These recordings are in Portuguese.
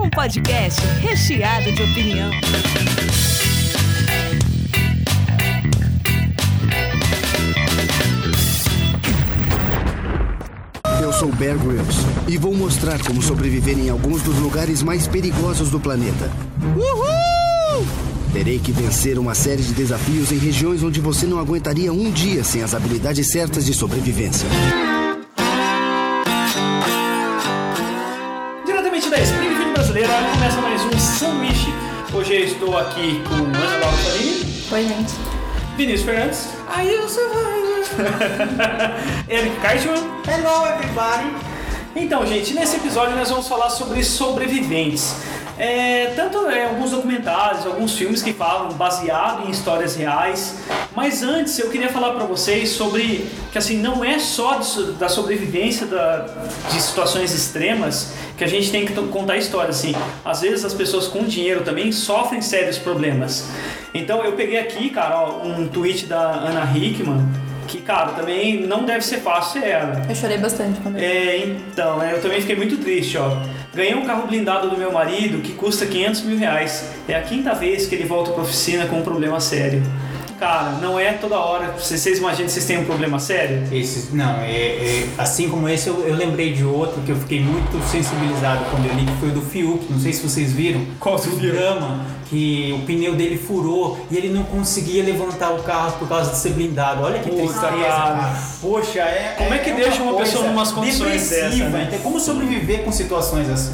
um podcast recheado de opinião. Eu sou Bear Grylls e vou mostrar como sobreviver em alguns dos lugares mais perigosos do planeta. Uhul! Terei que vencer uma série de desafios em regiões onde você não aguentaria um dia sem as habilidades certas de sobrevivência. Diretamente da Springfield Brasileira, começa mais um Sanduíche. Hoje eu estou aqui com Ana Laura Farini, Oi, gente. Vinícius Fernandes, aí eu sou Eric Kartman. Hello everybody! Então, gente, nesse episódio nós vamos falar sobre sobreviventes. É, tanto é, alguns documentários, alguns filmes que falam baseado em histórias reais. Mas antes eu queria falar para vocês sobre que assim não é só de so- da sobrevivência da- de situações extremas que a gente tem que to- contar histórias. Assim, às vezes as pessoas com dinheiro também sofrem sérios problemas. Então eu peguei aqui, cara, ó, um tweet da Ana Hickman que, cara, também não deve ser fácil ser ela. Eu chorei bastante quando eu É, então, né, eu também fiquei muito triste, ó. Ganhei um carro blindado do meu marido que custa 500 mil reais. É a quinta vez que ele volta pra oficina com um problema sério. Cara, não é toda hora. Vocês vocês imaginam que vocês têm um problema sério? Esse, não, é, é- assim como esse, eu, eu lembrei de outro que eu fiquei muito sensibilizado quando eu li, que foi o do Fiuk. Não sei se vocês viram. Qual do Fiuk? drama que o pneu dele furou e ele não conseguia levantar o carro por causa de ser blindado. Olha que Puta, tristeza. cara. cara. Poxa, é. Como é que deixa uma pessoa coisa numas condições depressiva, dessa, né? Então, como sobreviver com situações assim?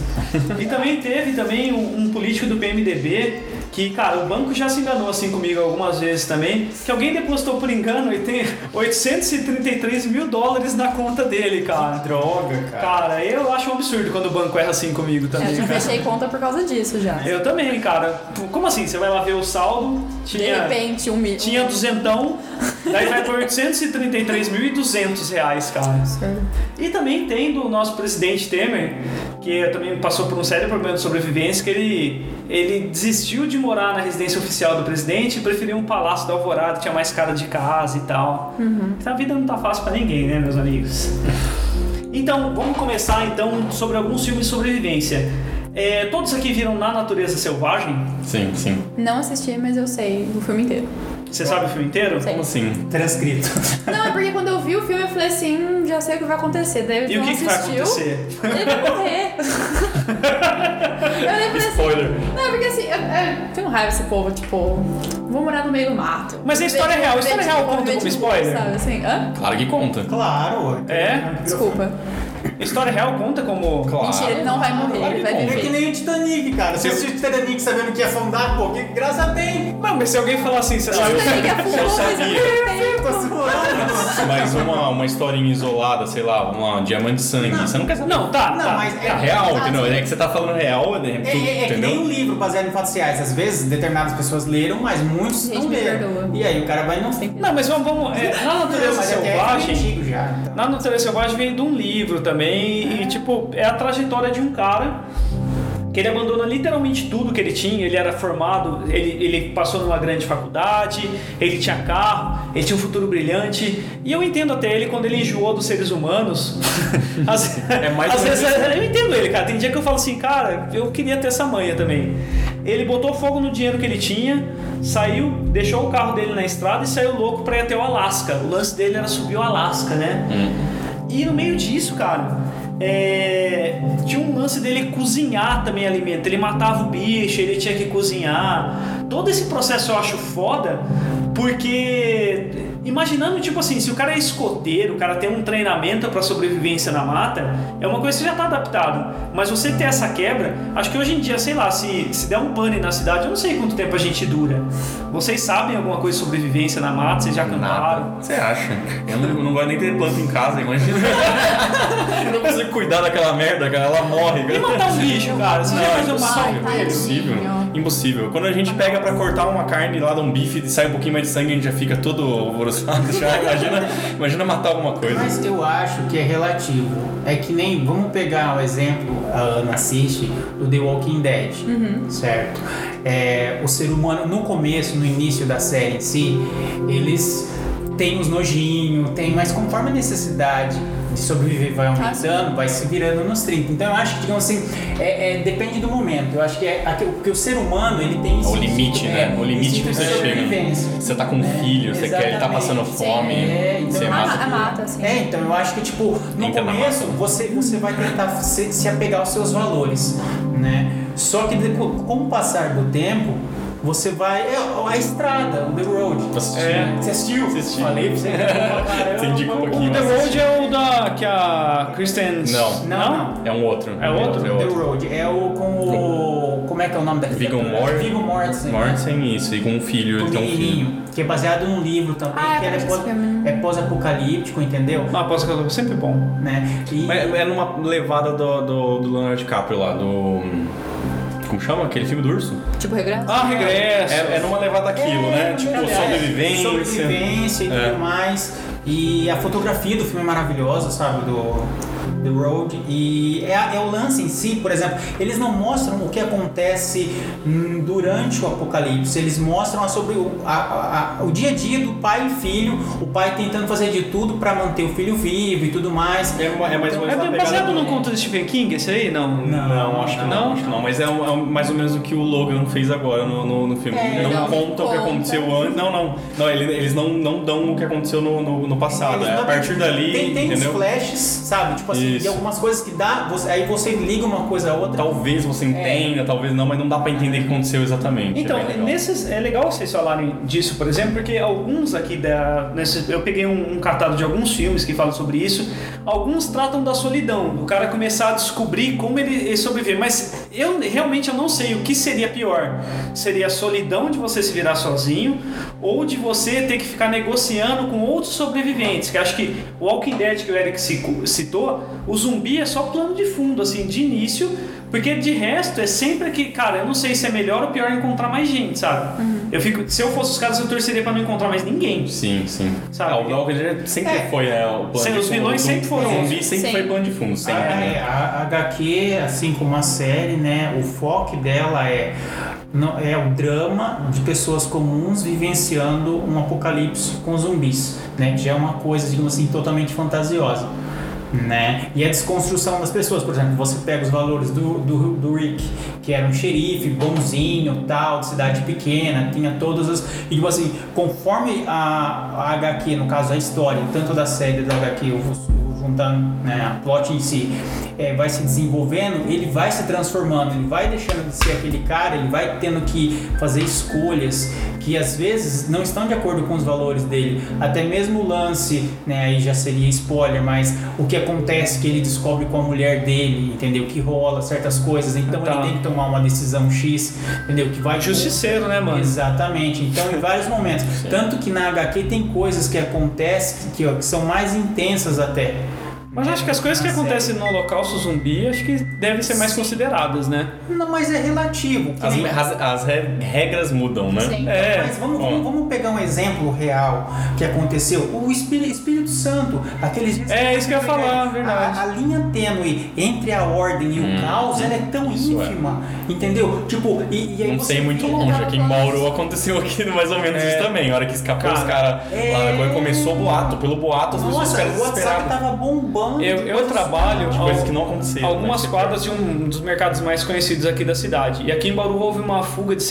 E também teve também um, um político do PMDB que, cara, o banco já se enganou assim comigo algumas vezes também, que alguém depositou por engano e tem 833 mil dólares na conta dele, cara. Droga, Cara, eu acho um absurdo quando o banco erra assim comigo também, já cara. fechei conta por causa disso já. Eu também, cara. Como assim? Você vai lá ver o saldo, De tinha, repente, um milhão. tinha duzentão, daí vai por 833.200 reais, cara. E também tem do nosso presidente Temer, que também passou por um sério problema de sobrevivência, que ele, ele desistiu de morar na residência oficial do presidente e preferiu um palácio da Alvorada, que tinha mais cara de casa e tal. Uhum. Então, a vida não tá fácil pra ninguém, né, meus amigos? Então, vamos começar então sobre alguns filmes de sobrevivência. É, todos aqui viram Na Natureza Selvagem? Sim, sim. Não assisti, mas eu sei do filme inteiro. Você sabe o filme inteiro? Sei. Como assim? Transcrito. Não, é porque quando eu vi o filme, eu falei assim, hum, já sei o que vai acontecer. Daí E ele o não que, que vai assistiu. acontecer? Ele vai morrer. eu nem falei assim. Spoiler. Não, porque assim, eu, eu tenho raiva desse povo, tipo, vou morar no meio do mato. Mas é história Vou real, viver história de- real vou conta viver como de- spoiler? Sabe assim, hã? Claro que conta. Claro. É? Desculpa. História real conta como. Claro. Mentira, ele não vai morrer, Claro ele que vai conta. É que nem o Titanic, cara. Você Eu- assistiu o Titanic sabendo que ia afundar, pô, que graça tem! Não, mas se alguém falar assim, você sabe. Isso daí que afundou, Eu é mas eu sabia. não Tô tenho. zoando. Mas uma, uma historinha isolada, sei lá, vamos lá, um diamante de sangue. Você não quer saber. Não, tá, Não, tá. mas É real, entendeu? É que você tá falando real, né? É, é- é que nem um entendeu? livro baseado em fatos reais. Às vezes, determinadas pessoas leram, mas muitos Gente, não me leram. perdoa. E aí o cara vai e não sei. Não, mas vamos. vamos é, na natureza mas é que é selvagem. antigo já. então. Na natureza selvagem vem de um livro também. E, tipo, é a trajetória de um cara que ele abandona literalmente tudo que ele tinha. Ele era formado, ele, ele passou numa grande faculdade, ele tinha carro, ele tinha um futuro brilhante. E eu entendo até ele quando ele enjoou dos seres humanos. Às, É mais às ou vezes menos eu entendo ele, cara. Tem dia que eu falo assim, cara, eu queria ter essa manha também. Ele botou fogo no dinheiro que ele tinha, saiu, deixou o carro dele na estrada e saiu louco pra ir até o Alasca. O lance dele era subir o Alasca, né? Uhum. E no meio disso, cara, é, tinha um lance dele cozinhar também alimento. Ele matava o bicho, ele tinha que cozinhar. Todo esse processo eu acho foda, porque imaginando, tipo assim, se o cara é escoteiro, o cara tem um treinamento pra sobrevivência na mata, é uma coisa que já tá adaptado. Mas você ter essa quebra, acho que hoje em dia, sei lá, se, se der um pane na cidade, eu não sei quanto tempo a gente dura. Vocês sabem alguma coisa de sobrevivência na mata? Vocês já acamparam? Nada. Você acha? Eu não, eu não gosto nem ter planta em casa, imagina. eu não consigo cuidar daquela merda, cara. Ela morre, cara. E matar um bicho, cara? Você Não, já é fez uma impossível, é impossível. tadinho. Impossível. Quando a gente pega pra cortar uma carne lá de um bife e sai um pouquinho mais de sangue, a gente já fica todo alvoroçado. Já imagina, imagina matar alguma coisa. Mas eu acho que é relativo. É que nem, vamos pegar o exemplo, a Ana assiste, do The Walking Dead, certo? É, o ser humano, no começo, no início da série em si, eles tem os nojinhos, tem, mas conforme a necessidade de sobreviver vai aumentando, vai se virando nos 30. Então eu acho que, digamos assim, é, é, depende do momento. Eu acho que é aquilo- porque o ser humano ele tem É o instinto- limite, é, né? O limite instinto que você de chega. sobrevivência. Você tá com um filho, você quer, ele tá passando Exatamente. fome, É, então- você Ah, mata. A mata, assim. É, então eu acho que tipo, no Entra na começo você, você vai tentar se, se apegar aos seus valores, né? Só que depois, com o passar do tempo, você vai. É, a estrada, o The Road. Assisti. É, você assistiu? Assisti. Falei pra você. é Caramba. Você indicou aqui, O The mas- Road é o da. que a Kristen. Não. Não, não. É um outro. É outro? É The outro. Road é o com o. Como é que é o nome daquele? Viggo ator? Mor- Viggo Mortensen. Mortensen, isso, e com um filho, O ele tem um filho. menininho, que é baseado num livro também, Ah, que eu ele acho que é mesmo. é pós- é apocalíptico entendeu? Não, aposto que é sempre bom. Né? E- Mas é numa levada do, do, do Leonardo DiCaprio lá, do. Como chama? Aquele filme do urso? Tipo, regresso? Ah, regresso. É, é numa levada aquilo, né? Tipo, Aliás, sobrevivência. é Sobrevivência e É. tudo mais. E a fotografia do filme é maravilhosa, sabe? Do The Road. E é, a- é o lance em si, por exemplo, eles não mostram o que acontece hum, durante o apocalipse. Eles mostram a sobre o, a- a- a- o dia a dia do pai e filho. O pai tentando fazer de tudo pra manter o filho vivo e tudo mais. É, uma- é mais ou É menos na pegada baseado do- no conto do Stephen King, esse aí? Não. Não, Não, acho que não, Não? acho que não. Mas é, um- é um- mais ou menos o que o Logan fez agora no, no, no filme. É, não, não conta o que conta. aconteceu antes. Não, não. Não, ele- eles não, não dão o que aconteceu no, no, no passado. Eles É, a dão- partir dali, Tem, tem uns entendeu? flashes, sabe? Tipo assim, Isso. e algumas coisas que dá. você- aí você liga uma coisa a outra. Talvez você É. entenda, talvez não, mas não dá pra entender o que aconteceu exatamente. Então, é bem legal. nesses, é legal vocês falarem disso, por exemplo, porque alguns aqui da. nesse- eu peguei um, um catado de alguns filmes que falam sobre isso. Alguns tratam da solidão, do cara começar a descobrir como ele, ele sobrevive. Mas eu realmente eu não sei o que seria pior. Seria a solidão de você se virar sozinho ou de você ter que ficar negociando com outros sobreviventes. Que acho que o Walking Dead que o Eric cicu- citou, o zumbi é só plano de fundo, assim, de início. Porque de resto é sempre que, cara, eu não sei se é melhor ou pior encontrar mais gente, sabe? Uhum. Eu fico, se eu fosse os caras, eu torceria pra não encontrar mais ninguém. Sim, sim. Sabe? Ah, o Walker Dead sempre É. foi, né? O plano Sim, de os fundo. vilões O sempre foram. zumbi sempre Sim. foi plano de fundo, sempre, Ah, né? é, a HQ, assim como a série, né, o foco dela é não é o drama de pessoas comuns vivenciando um apocalipse com zumbis, né, que já é uma coisa, digamos assim, totalmente fantasiosa. Né? E a desconstrução das pessoas, por exemplo, você pega os valores do, do, do Rick, que era um xerife, bonzinho, tal, de cidade pequena, tinha todas as. E tipo assim, conforme a, a HQ, no caso a história, tanto da série da HQ, o juntando né, a plot em si, é, vai se desenvolvendo, ele vai se transformando, ele vai deixando de ser aquele cara, ele vai tendo que fazer escolhas que às vezes não estão de acordo com os valores dele. Até mesmo o lance, né, aí já seria spoiler, mas o que acontece que ele descobre com a mulher dele, entendeu? Que rola certas coisas, então Tá. ele tem que tomar uma decisão X, entendeu? Que é vai Justiceiro, né, mano? Exatamente. Então, em vários momentos. Tanto que na HQ tem coisas que acontecem que, que são mais intensas até. Mas acho que as coisas que é. acontecem no holocausto zumbi, acho que devem ser mais consideradas, né? Não, mas é relativo. que As, nem- as- as re- regras mudam, né? Sim. É. Mas vamos, Bom. vamos, vamos pegar um exemplo real que aconteceu. O Espírito, Espírito Santo, aqueles dias É, isso que eu ia falar, verdade. A, a linha tênue entre a ordem e o Hum. caos ela é tão isso é. ínfima, entendeu? Tipo, e, e aí Não você sei muito vê- longe, aqui em Mauro aconteceu aqui mais ou É. menos isso também. A hora que escapou os caras lá na coisa, começou o boato. Pelo boato, as pessoas Nossa, ficaram o WhatsApp tá desesperadas. tava bombando. Eu, de eu coisas- trabalho de coisas que não aconteceram, algumas né? quadras de um dos mercados mais conhecidos aqui da cidade. E aqui em Bauru houve uma fuga de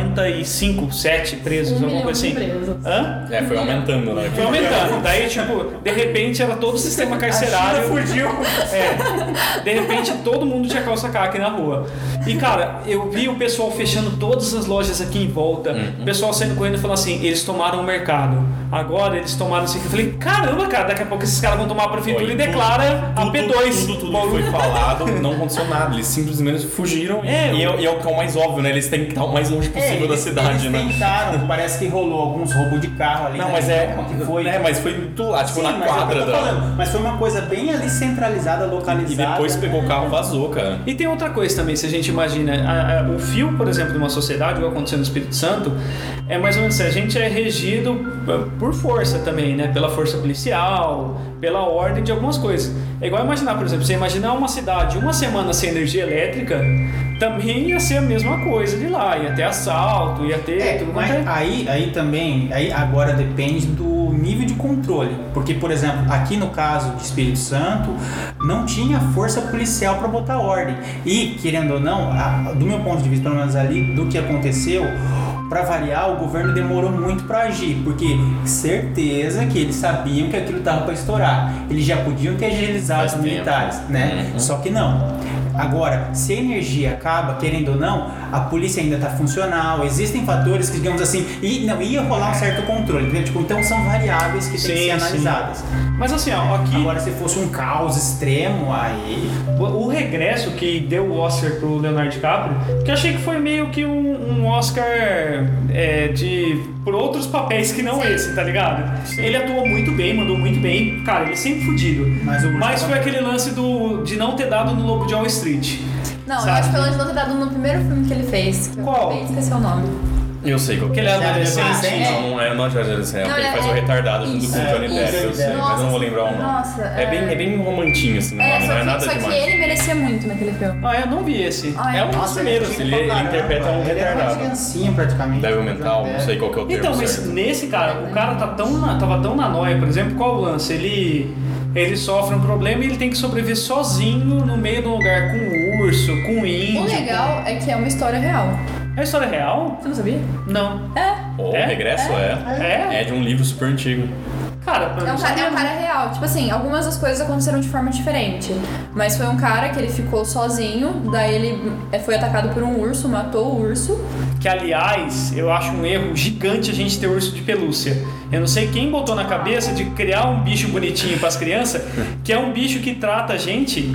145, 7 presos, Um alguma milhão coisa de assim. presos. Hã? É, foi aumentando, né? Foi aumentando. Daí, tipo, de repente era todo o sistema carcerário. fugiu. É. De repente todo mundo tinha calça caque na rua. E cara, eu vi o pessoal fechando todas as lojas aqui em volta, Uhum. o pessoal saindo correndo e falando assim: eles tomaram o mercado. Agora eles tomaram isso aqui. Eu falei: caramba, cara, daqui a pouco esses caras vão tomar a prefeitura Foi e declara a Tudo, P2. tudo, tudo que foi falado, não aconteceu nada. Eles simplesmente fugiram e- É, e, é, e é o que é o mais óbvio, né? Eles têm que estar o mais longe É, possível da eles- cidade, eles né? tentaram, parece que rolou alguns roubos de carro ali. Não, né? mas é. Que foi. É, mas foi do lá, tipo, né? Sim, na mas é o que quadra eu tô da. falando. Mas foi uma coisa bem ali centralizada, localizada. E depois pegou o carro e vazou, cara. E tem outra coisa também, se a gente imagina, a- a- o fio, por exemplo, de uma sociedade, ou aconteceu no Espírito Santo, é mais ou menos assim, a gente é regido p- por força também, né? Pela força policial, pela ordem de algumas coisas. É igual imaginar, por exemplo, você imaginar uma cidade uma semana sem energia elétrica, também ia ser a mesma coisa de lá, ia ter assalto, ia ter É, tudo quanto mas é. aí, aí também, aí agora depende do nível de controle. Porque, por exemplo, aqui no caso de Espírito Santo, não tinha força policial para botar ordem. E, querendo ou não, a- do meu ponto de vista, pelo menos ali, do que aconteceu, para variar, o governo demorou muito para agir, porque certeza que eles sabiam que aquilo estava para estourar. Eles já podiam ter agilizado Faz os tempo. militares, né? Só que não. Agora, se a energia acaba, querendo ou não, a polícia ainda está funcional, existem fatores que, digamos assim, e, não, ia rolar um certo controle, entendeu? Tipo, então são variáveis que têm que Sim, ser sim. analisadas. Mas assim, ó, aqui Agora, se fosse um caos extremo, aí. o regresso que deu o Oscar pro Leonardo DiCaprio, que eu achei que foi meio que um, um Oscar é, de por outros papéis que não esse, tá ligado? Ele atuou muito bem, mandou muito bem, cara, ele é sempre fudido. Mas o- Mas foi aquele lance do de não ter dado no Lobo de Wall Street. Não, eu Sabe? acho que pelo menos não ter dado no primeiro filme que ele fez. Que Qual? Eu acabei de esquecer o nome. Eu sei qual Que ele é Não, adolescente. é. assim. Não, é não de adolescente, Não, ele é- faz o é- retardado junto com o isso, Johnny isso. Depp, eu sei, mas não vou Nossa, lembrar o nome. nossa, é, é. bem, é bem romantinho assim, no É, nome, só, não é que, nada só que demais. ele merecia muito naquele filme. Ah, eu não vi esse. Ah, É um dos Nossa, primeiros, ele- ele, ele interpreta um Ele era uma retardado. criancinha praticamente. um Débil Um mental, não sei qual que é o termo Então, mas certo. nesse cara, o cara tá tão na- tava tão na noia, por exemplo, qual o lance? Ele, ele sofre um problema e ele tem que sobreviver sozinho no meio de um lugar com um urso, com um índio. O legal é que é uma história real. com- É história real? Você não sabia? Não. É. O É? regresso é. É? de um livro super antigo. Cara, pra É um, cara, é um cara real. Tipo assim, algumas das coisas aconteceram de forma diferente. Mas foi um cara que ele ficou sozinho, daí ele é, foi atacado por um urso, matou o urso. Que, aliás, eu acho um erro gigante a gente ter urso de pelúcia. Eu não sei quem botou na cabeça de criar um bicho bonitinho pras crianças, que é um bicho que trata a gente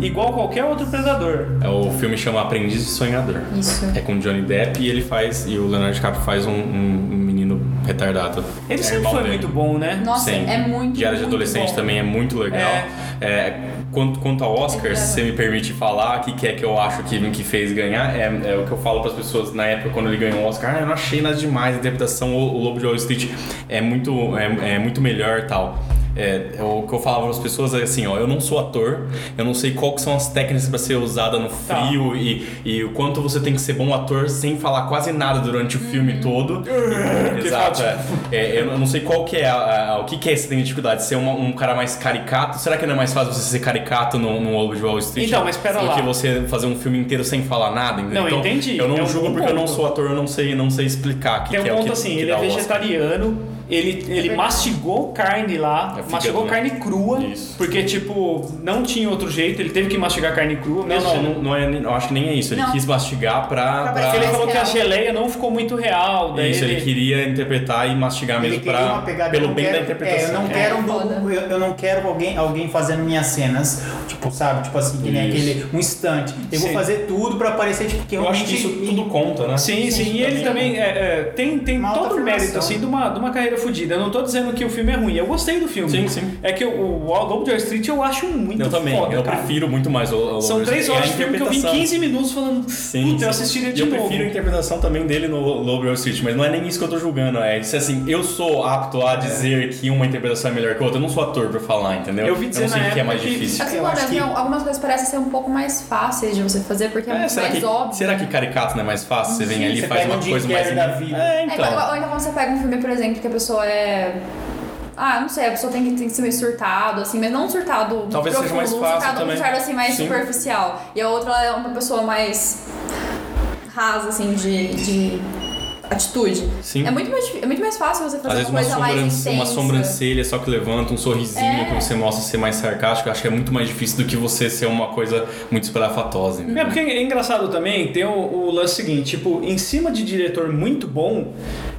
igual qualquer outro predador. É o filme chama Aprendiz de Sonhador. Isso. É com o Johnny Depp e ele faz. E o Leonardo DiCaprio faz um, um- um menino retardado. Ele É sempre irmão foi dele. muito bom, né? Nossa, Sim. é muito. Diário de muito Adolescente bom. também é muito legal. É, quanto, quanto ao Oscar, É se você me permite falar, o que, que é que eu acho que, que fez ganhar, é, é o que eu falo para as pessoas na época quando ele ganhou o Oscar, ah, eu não achei nada demais, a interpretação, o, o Lobo de Wall Street é muito, é, é muito melhor e tal. É, é o que eu falava para as pessoas é assim, ó, eu não sou ator, eu não sei qual que são as técnicas para ser usada no Tá. frio e, e o quanto você tem que ser bom ator sem falar quase nada durante o filme Uhum. todo. Exato, é. É, eu não sei qual que é a- a- o que, que é esse tem de dificuldade. Ser uma- um cara mais caricato? Será que não é mais fácil você ser caricato no, no Lobo de Wall Street? Então, mas pera do lá. que você fazer um filme inteiro sem falar nada, entendeu? Não, então, entendi. Eu não É um julgo bom porque eu não ponto. sou ator, eu não sei, não sei explicar o que, Tem um que é o ponto que, assim, que ele dá é o Oscar. vegetariano, ele, ele É verdade. mastigou carne lá, É fígado, mastigou né? carne crua, Isso. porque, tipo, não tinha outro jeito, ele teve que mastigar carne crua. Não, mesmo não, sendo- não, não é, nem- eu acho que nem é isso. Ele Não. quis mastigar pra. Pra pra- Porque ele falou que a Real. geleia não ficou muito real. Daí Isso, ele queria interpretar e mastigar Ele mesmo queria pra, uma pegada, eu pelo não bem quero- da interpretação. é, eu não É. quero um do- Foda. eu, eu não quero alguém, alguém fazendo minhas cenas, tipo, sabe? Tipo assim, que nem Isso. aquele um instante. Eu Sim. vou fazer tudo pra aparecer tipo que Eu acho que isso realmente- tudo conta, né? Sim, sim, e ele também é, é, tem, tem Uma todo o autoafirmação. mérito assim, de, uma, de uma carreira fodida. Eu não tô dizendo que o filme é ruim, eu gostei do filme. Sim, sim. É que o, o Lobo de Wall Street eu acho muito Eu também, foda, eu cara. prefiro muito mais o, o São Lobo de três Wall Street. É a horas de filme que eu vi interpretação. 15 minutos falando, Sim, puta, eu sim. assistiria E de eu novo. prefiro a interpretação também dele no Lobo Wall Street, mas não é nem isso que eu tô julgando. É se assim, eu sou apto a dizer que uma interpretação é melhor que a outra. Eu não sou ator pra falar, entendeu? Eu vi dizer não sei na o que é época mais que- difícil. Só que, Eu mano, acho que- Assim algumas coisas parecem ser um pouco mais fáceis de você fazer, porque é, É, muito será, mais que, óbvio. será que caricato não é mais fácil? Você vem ali e Você faz pega uma um Jim coisa mais. Carrey da vida. É, É, igual- então. ou então quando você pega um filme, por exemplo, que a pessoa é. Ah, não sei, a pessoa tem que, tem que ser meio surtado, assim, mas não um surtado Talvez seja profundo, mais um fácil surtado, também. um surtado assim mais Sim. superficial. E a outra ela é uma pessoa mais rasa, assim, de, de atitude. Sim. É muito mais, difí- é muito mais fácil você Às fazer vezes uma uma, coisa mais sobrancelha, intensa. uma sobrancelha só que levanta, um sorrisinho É. que você mostra ser mais sarcástico, eu acho que é muito mais difícil do que você ser uma coisa muito espalhafatosa. É entendeu? porque é engraçado também, tem o, o lance seguinte, tipo, em cima de diretor muito bom,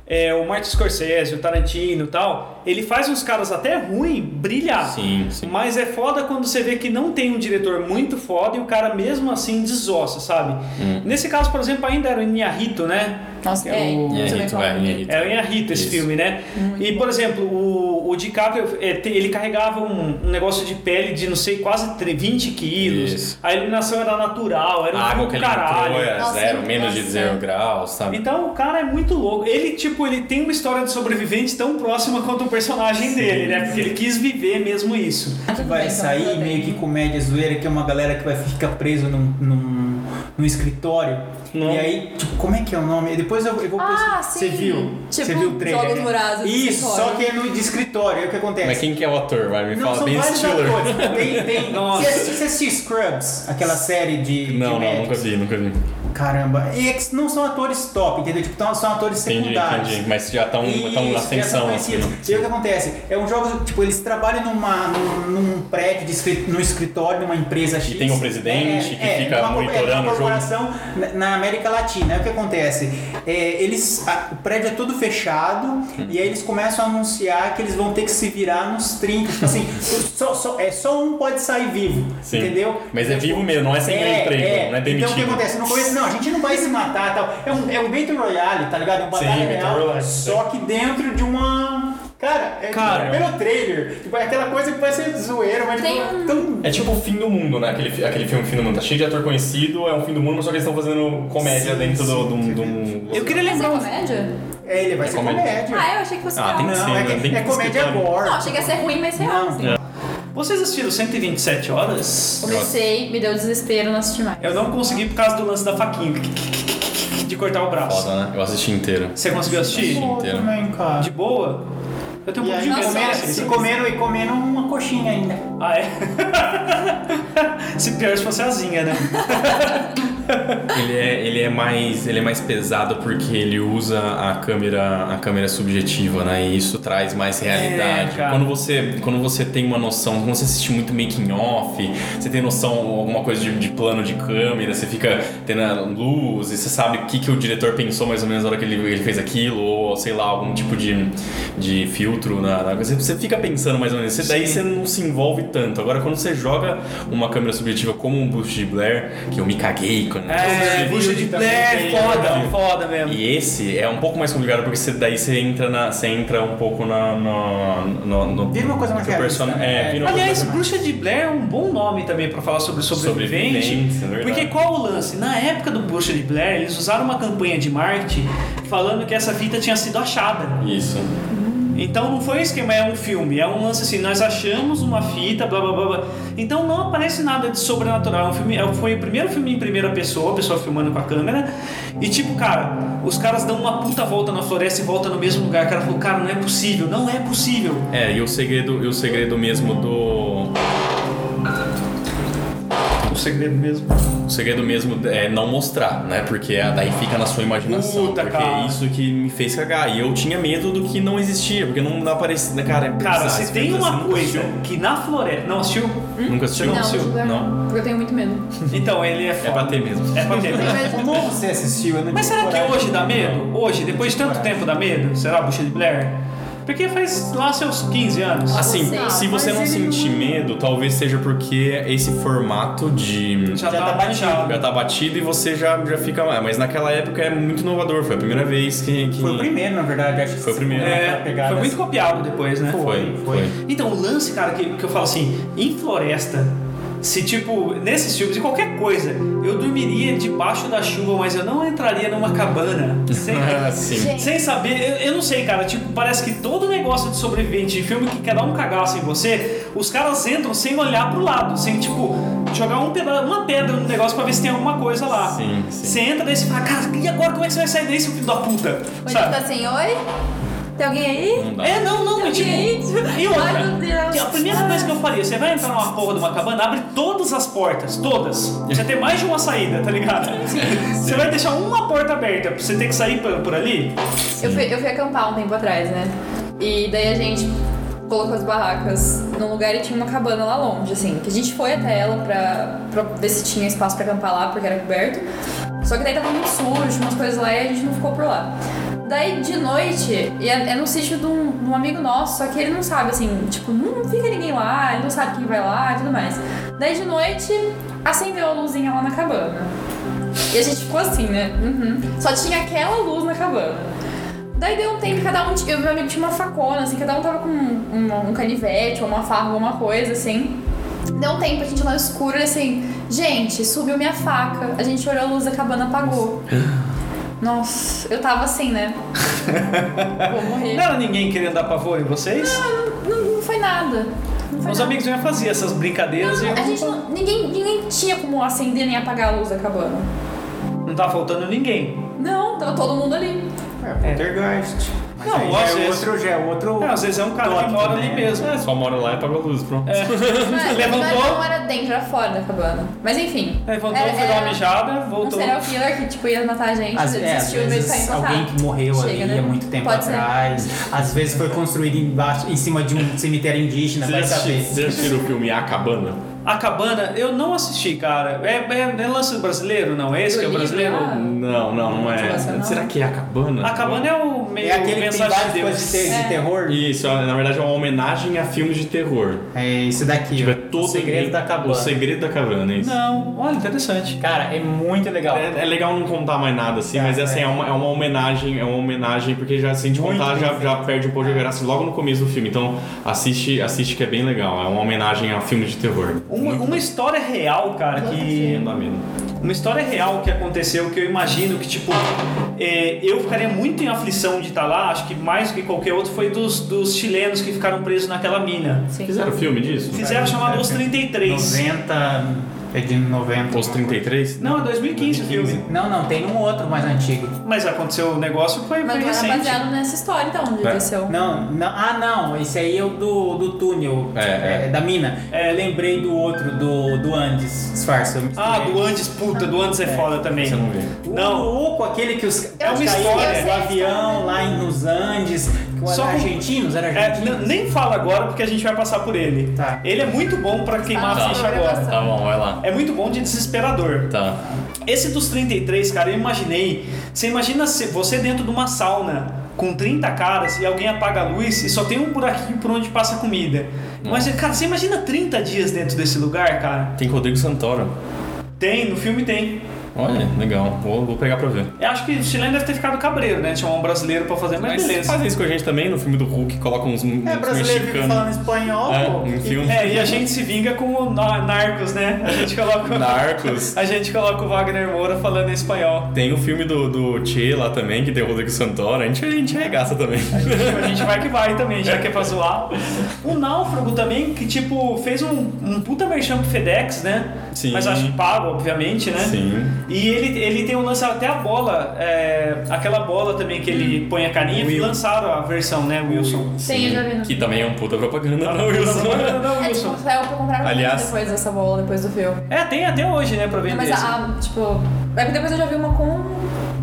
é, o Martin Scorsese, o Tarantino e tal, ele faz uns caras até ruim brilhar. Sim, sim. Mas é foda quando você vê que não tem um diretor muito foda e o cara mesmo assim desossa, sabe? Hum. Nesse caso, por exemplo, ainda era o Inarrito, né? Nossa, é. É o- eu também Inhárritu, falo é, muito. Inhárritu. É o Inarrito esse Isso. filme, né? e, por exemplo, o, o DiCaprio, é, te- ele carregava um, um negócio de pele de, não sei, quase tre- 20 quilos. Isso. A iluminação era natural, era um A água filme que do ele caralho. entrou é Nossa, zero, ele- menos de nossa. zero graus, sabe? Então o cara é muito louco. Ele, tipo, ele tem uma história de sobrevivente tão próxima quanto o personagem dele, né? Porque ele quis viver mesmo isso. Ah, tudo vai bem, então, sair tudo bem. meio que comédia zoeira, que é uma galera que vai ficar presa num, num, no escritório. Não. E aí, tipo, como é que é o nome? Depois eu, eu vou Ah, pesquisar. Você sim. viu? Tipo, Você viu o trailer? Jogos né? Vorazes do Isso, só escritório. que é no de escritório. Aí o que acontece? Mas quem que é o ator? Vai me Não, falar são bem vários Stiller. atores. né? Tem, tem. Nossa. Você assiste- você assiste Scrubs, aquela série de. de Não, não, médicos? nunca vi, nunca vi. Caramba. E é que não são atores top, entendeu? Tipo, tão- são atores Entendi, secundários. entendi. Mas já estão na Isso, criação um, tá ascensão. conhecida. assim. E aí o que acontece? É um jogo, tipo, eles trabalham numa, num, num prédio, de escri- num escritório, numa empresa X. tem um presidente que fica numa corpo- monitorando é, o numa jogo. corporação na- na América Latina. Aí o que acontece? É, eles, a- o prédio é todo fechado e aí eles começam a anunciar que eles vão ter que se virar nos 30. Tipo assim, só, só- é, só um pode sair vivo, Sim. entendeu? Mas é vivo mesmo, não é sem ganhar emprego, não é Então o que demitido. acontece? No começo, não, a gente não vai se matar tal. É um, é um Battle Royale, tá ligado? É um batalha Sim, Battle real, Royale, só que dentro de uma. Cara, é Cara. tipo, pelo trailer. Tipo, é aquela coisa que vai ser zoeira, mas Tem tipo, um- tão. É tipo o fim do mundo, né? Aquele, fi- aquele filme Fim do Mundo. Tá cheio de ator conhecido, é um fim do mundo, mas só que eles estão fazendo comédia Sim, dentro do, sim, do, do, Eu queria Mas é lembrar. uns- comédia? É, ele vai É ser comédia. comédia. Ah, eu achei que fosse Ah, tem real. que ser, é. Não, é, né? Tem que- é que comédia escrever. gore. Não, chega a ser ruim, mas real. Não. assim. Vocês assistiram 127 horas? Comecei, me deu desespero, não assisti mais. Eu não consegui por causa do lance da faquinha de cortar o braço. Foda, né? Eu assisti inteiro. Você conseguiu assistir? Pô, inteiro. também, Tipo, né, cara. Tipo, De boa? Eu tenho um E pouco aí, de medo. comer- comeram, assim. se comeram e comeram uma coxinha ainda. Ah, é? se pior se fosse asinha, né? Ele é, ele é mais ele é mais pesado porque ele usa a câmera a câmera subjetiva, né? E isso traz mais realidade. É, cara. quando você quando você tem uma noção, quando você assiste muito making off, você tem noção alguma coisa de, de plano de câmera, você fica tendo a luz e você sabe o que, que o diretor pensou mais ou menos na hora que ele, ele fez aquilo ou sei lá algum tipo de, de filtro na, na- você, você fica pensando mais ou menos. Você, daí Sim. você não se envolve tanto. Agora quando você joga uma câmera subjetiva como um Bush de Blair, que eu me caguei quando É, bicho Tá de pé, foda, foda mesmo. e esse é um pouco mais complicado porque você- daí você entra na, você entra um pouco na, na- no, no, Vira uma coisa mais no realista, person- né? É, vira uma coisa Aliás, mais- Bruxa de Blair é um bom nome também pra falar sobre sobrevivente. Sobrevivente, é verdade. porque qual o lance? Na época do Bruxa de Blair, eles usaram uma campanha de marketing falando que essa fita tinha sido achada. Isso. Então não foi um esquema, é um filme, é um lance assim, nós achamos uma fita, blá blá blá blá. Então não aparece nada de sobrenatural. É um filme, é- foi o primeiro filme em primeira pessoa, a pessoa filmando com a câmera. E tipo, cara, os caras dão uma puta volta na floresta e volta no mesmo lugar. O cara falou, cara, não é possível, não é possível. É, e o segredo, e o segredo mesmo do. O segredo mesmo. O segredo mesmo é não mostrar, né? Porque a- daí fica na sua imaginação. Puta, porque cara. é isso que me fez cagar. E eu tinha medo do que não existia, porque não aparecia. Cara, é Cara, bizarro, se esse tem filme, uma você nunca coisa assistiu? que na floresta. Não assistiu? Nunca assistiu? Não, assistiu? Blair Não. não. Porque eu tenho muito medo. Então, ele é É foda. pra ter mesmo. É pra ter. Como você assistiu? Eu não Mas tive será que coragem. hoje dá medo? Hoje, depois de tanto Coragem. tempo dá medo? Será a bucha de Blair? Porque faz lá seus 15 anos. Assim, Você- se você não mas ele sentir não- medo, talvez seja porque esse formato de. já, já tá tá batido. baixado. Já tá batido e você já, já fica. ah, Mas naquela época é muito inovador, foi a primeira vez que. que- Foi o primeiro, na verdade. Acho que Foi o primeiro. né? É, É, foi muito copiado depois, né? Foi, foi. Então, o lance, cara, que, que eu falo assim, em floresta, se tipo, nesses filmes, em qualquer coisa, eu dormiria debaixo da chuva, mas eu não entraria numa cabana. Sem, Ah, sim. sem saber, eu, eu não sei, cara, tipo, parece que todo negócio de sobrevivente de filme que quer dar um cagaço em você, os caras entram sem olhar pro lado, sem tipo, jogar um peda uma pedra no negócio pra ver se tem alguma coisa lá. Sim, sim. Você entra daí e você fala, cara, e agora como é que você vai sair daí, seu filho da puta? Quando Sabe? tá assim, oi? Tem alguém aí? Não dá. É, não, não, mas tipo. Gente, E outra, ai, meu Deus. que é a primeira coisa que eu faria, você vai entrar numa porra de uma cabana, abre todas as portas, todas. Você tem mais de uma saída, tá ligado? Você vai deixar uma porta aberta pra você ter que sair por, por ali? Eu fui, eu fui acampar um tempo atrás, né? E daí a gente colocou as barracas num lugar e tinha uma cabana lá longe, assim. Que a gente foi até ela pra, pra ver se tinha espaço pra acampar lá, porque era coberto. Só que daí tava muito sujo, umas coisas lá, e a gente não ficou por lá. Daí de noite, e é, é no sítio de um, de um amigo nosso, só que ele não sabe, assim, tipo, não fica ninguém lá, ele não sabe quem vai lá e tudo mais. Daí de noite, acendeu a luzinha lá na cabana. E a gente ficou assim, né? Uhum. Só tinha aquela luz na cabana. Daí deu um tempo, cada um. tinha- Meu amigo tinha uma facona, assim, cada um tava com um, um- um canivete ou uma farra, alguma coisa, assim. Deu um tempo, a gente lá no escuro, ele assim, gente, subiu minha faca. A gente olhou a luz da cabana, apagou. Nossa, eu tava assim, né? Vou morrer. Não era ninguém querendo dar pavor em vocês? Não, não foi nada. foi Os nada. amigos meus faziam essas brincadeiras e Não, tá- eu a gente não, ninguém, ninguém tinha como acender nem apagar a luz da cabana. não tava faltando ninguém. Não, tava todo mundo ali. É, Poltergeist. Mas Não, aí eu já acho é esse- outro, já é outro. Não, às vezes é um cara que tópico, mora ali né? mesmo. É, só mora lá e apaga a luz, pronto. Mas, Levantou. mas não era dentro, era fora da cabana. Mas enfim. Aí É, voltou, era, foi dar uma mijada, Um voltou. serial killer que tipo, ia matar a gente, Às, é, às desistiu e veio vezes ficar alguém que morreu tá Chega, ali né? há muito tempo Pode ser. atrás. Às vezes foi construído embaixo, em cima de um cemitério indígena, vai Vocês já assisti- saber. vocês já assistiram o filme A Cabana? A cabana, eu não assisti, cara. É, é, é lance brasileiro, não? É esse Do que é o livro, brasileiro? ah. Não, não, não é. Nossa, não. Será que é A Cabana? A cabana é o meio É aquele que tem mensagem de várias Deus. coisas de, ter- de É. terror. Isso, é- na verdade é uma homenagem a filmes de terror. É esse daqui. Tipo, é ó. todo o segredo tá em- da O cabana. segredo da cabana, é isso. Não, olha, interessante. né? Cara, é muito legal. É, é legal não contar mais nada, assim, É, mas assim, é. é. uma, é uma homenagem, é uma homenagem, porque já se a gente Muito contar, bem já, feito. já perde um pouco de graça logo no começo do filme. Então assiste, assiste que é bem legal. É uma homenagem a filmes de terror. Uma, uma história real, cara, que. Não dá medo. Uma história real que aconteceu, que eu imagino que, tipo, é, eu ficaria muito em aflição de estar lá, acho que mais do que qualquer outro, foi dos, dos chilenos que ficaram presos naquela mina. Sim. Fizeram filme disso? Fizeram é chamado Os 33. 90. É de 90. Os 33? Não, é 2015 o filme. Não, não, tem um outro mais antigo. Mas aconteceu o negócio, foi, foi Mas não era recente. baseado nessa história, então, onde É. aconteceu. Não, não, ah não, esse aí é o do, do túnel, É, é. da mina. É, lembrei do outro, do, do Andes, disfarça. eu misturei. Ah, do Andes, puta, do Andes é foda também. Você não vê. O Não. louco, aquele que os É uma que caiu história. do avião lá em- nos Andes, que Só Só com- argentinos, era É, argentinos. n- nem fala agora porque a gente vai passar por ele. Tá. Ele é muito bom pra queimar Tá. a ficha agora. Tá bom, vai lá. É muito bom de desesperador. Tá. Esse dos 33, cara, eu imaginei. Você imagina se você dentro de uma sauna com 30 caras e alguém apaga a luz e só tem um buraquinho por onde passa a comida. Mas, cara, você imagina 30 dias dentro desse lugar, cara? Tem Rodrigo Santoro. Tem, no filme tem. Olha, legal. Vou, vou pegar pra ver. Eu acho que o chileno deve ter ficado cabreiro, né? Chamar um brasileiro pra fazer, mas, Mas beleza. fazem isso com a gente também no filme do Hulk, colocam uns, uns É brasileiro que mexicanos. falando espanhol, É, pô. um filme. É, e a gente se vinga com o na- Narcos, né? A gente coloca. Narcos. A gente coloca o Wagner Moura falando em espanhol. Tem o filme do, do Che lá também, que tem o Rodrigo Santoro. A gente, a gente arregaça também. A gente vai que vai também, já que é pra zoar. O Náufrago também, que tipo, fez um, um puta merchan pro FedEx, né? Sim. Mas acho que pago, obviamente, né? Sim. E ele, ele tem um lance até a bola, é, aquela bola também que ele põe a carinha, e lançaram a versão, né, Wilson? Sim, eu já vi no Que também é um puta propaganda pra Wilson. Não, não, É Wilson. tipo, saiu pra comprar Aliás- Aliás... depois dessa bola, depois do filme. É, tem até hoje, né, pra Não, vender. mas assim. a, a, tipo. É que depois eu já vi uma com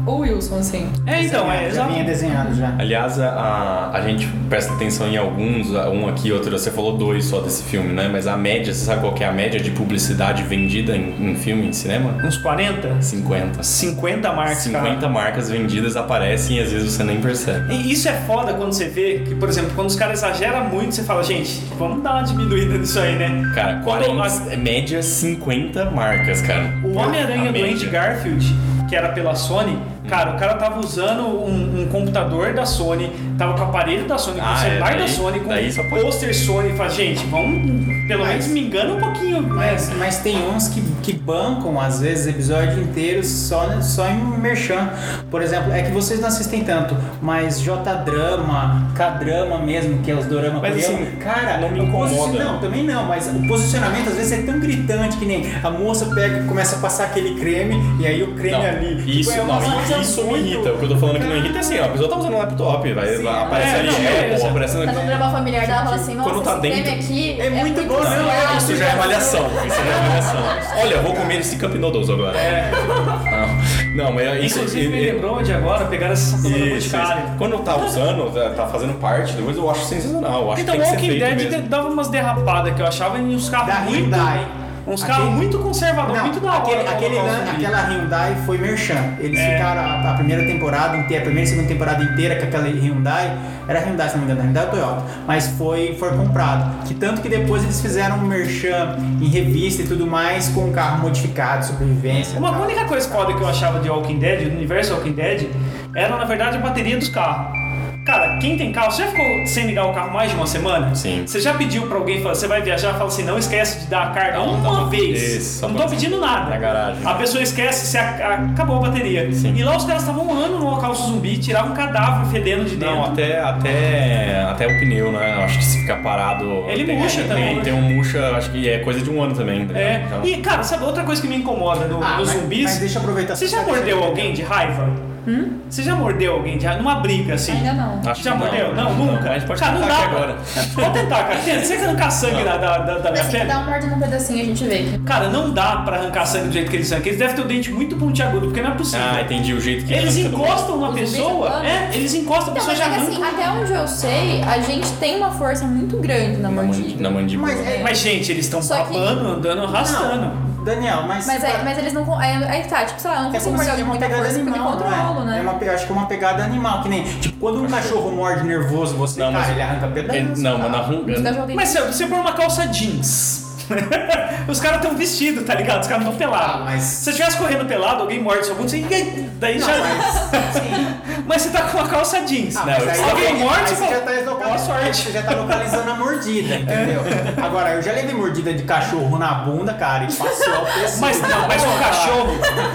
o Wilson, assim. É, então, é, já exato. vinha desenhado já. Aliás, a- a, a gente presta atenção em alguns, a- um aqui, outro. Você falou dois só desse filme, né? Mas a média, você sabe qual que é a média de publicidade vendida em, em filme, em cinema? Uns 40? 50. 50 marcas, cara. 50 marcas vendidas aparecem e às vezes você nem percebe. E isso é foda quando você vê que, por exemplo, quando os caras exageram muito, você fala, gente, vamos dar uma diminuída nisso aí, né? Cara, Quando 40, a- é média 50 marcas, cara. O A Homem-Aranha do média. Andy Garfield, que era pela Sony, cara, o cara tava usando um, um computador da Sony, tava com o aparelho da Sony, com Ah, o é, celular da daí- Sony, com daí só o pode- pôster Sony. Fala, gente, vamos pelo Mas- menos me engana um pouquinho. Mas, né? mas tem uns que, que bancam, às vezes, episódio inteiro só, só em merchan. Por exemplo, é que vocês não assistem tanto, mas J-drama, K-drama mesmo, que é os dorama Mas, coreano, assim, cara, não me o posi- incomoda. Não, também não, mas o posicionamento às vezes é tão gritante que nem a moça pega e começa a passar aquele creme e aí o creme Não, ali. Tipo, Isso, é uma coisa não, isso me muito- irrita. O que eu tô falando que não irrita é assim, ó, a pessoa tá usando um laptop, vai, Sim, vai- aparece é, ali, não, é, beleza. pô, aparece Tá no drama familiar dela, fala assim, nossa, Quando tá esse creme dentro- aqui É muito bom, legal. não é? Isso já é avaliação, isso já é avaliação. Olha, eu vou comer esse Cup Noodles agora. Não, não, mas isso... É. Inclusive, e- me e- lembrou de agora pegar essa isso, sensação do isso. Boticário. Quando eu tá usando, tá- tá fazendo parte, depois eu acho sensacional. Eu acho Então, que tem que Walking ser feito Dead mesmo. dava umas derrapadas que eu achava em uns carros Da muito. Hyundai. Uns Aquele- carros muito conservadores, Não, muito da hora. É. aquele, pra aquele colocar lan- os zumbis. aquela Hyundai foi merchan. Eles ficaram a, a primeira temporada inteira, a primeira e segunda temporada inteira com aquela Hyundai. Era Hyundai, se não me engano, Hyundai ou Toyota. Mas foi, foi comprado. Que tanto que depois eles fizeram um merchan em revista e tudo mais com um carro modificado, sobrevivência. Uma tal. única coisa foda que eu achava de Walking Dead, do universo Walking Dead, era na verdade a bateria dos carros. Cara, quem tem carro, você já ficou sem ligar o carro mais de uma semana? Sim. Você já pediu pra alguém, fala, você vai viajar, fala assim, não esquece de dar a carga Não, uma não, vez. isso, só não tô pra- pedindo nada. Na garagem. A pessoa esquece, se a- acabou a bateria. Sim. E lá os caras estavam um ano no local zumbi, tiravam um cadáver fedendo de dentro. Não, até, até, até o pneu, né? Eu acho que se ficar parado. Ele tem, murcha tem- também. né? Tem um murcha, acho que é coisa de um ano também. tá É. ligado? Então- E, cara, sabe outra coisa que me incomoda no- Ah, nos mas- é zumbis? mas deixa eu aproveitar Você essa já parte. mordeu alguém de raiva? Você já mordeu alguém de raiva? Numa briga, assim? Hum? Ainda não. Acho já que mordeu? Não, nunca. Mas pode cara, não tentar dá. aqui agora. Pode tentar, cara. Tenta. Você que arrancar sangue da, da, da, da minha Mas tem que pele. dar um morte num pedacinho a gente vê. aqui. Cara, não dá pra arrancar sangue do jeito que eles arrancam. Eles devem ter o dente muito pontiagudo, porque não é possível. Ah, entendi o jeito que Eles arranca do- encostam uma Os zumbis pessoa, andando. é, eles encostam, a Então, pessoa mas já é que arranca. assim, até onde eu sei, a gente tem uma força muito grande na na mandi- mordida. na mandíbula. Mas é- Mas, tá gente, eles estão Só que- babando, andando, arrastando. Daniel, mas. Mas, aí, mas eles não. con- Aí, aí tá, tipo, sei lá, eu não É consigo morder como se de alguém com uma muita pegada força porque eu animal, controlo, né? né? É uma, pe- acho que é uma pegada animal, que nem. Tipo, quando um cachorro morde nervoso, você Não, mas- cara, ele arranca Ele- pedaço. É, não, mas na Os rua. né? cachorros têm- Mas se você pôr uma calça jeans. Os caras estão vestidos, tá ligado? Os caras não estão pelados. Ah, mas- Se você estivesse correndo pelado, alguém morde seu bunda, você. Daí Não, já. mas- sim. Mas... você tá com uma calça jeans. Ah, né? mas aí Se alguém você- morde, aí você você fala. já tá Boa deslocado. sorte. Você já tá localizando a mordida, entendeu? Agora, eu já levei mordida de cachorro na bunda, cara, e passou a pessoa. Mas não, mas o cachorro.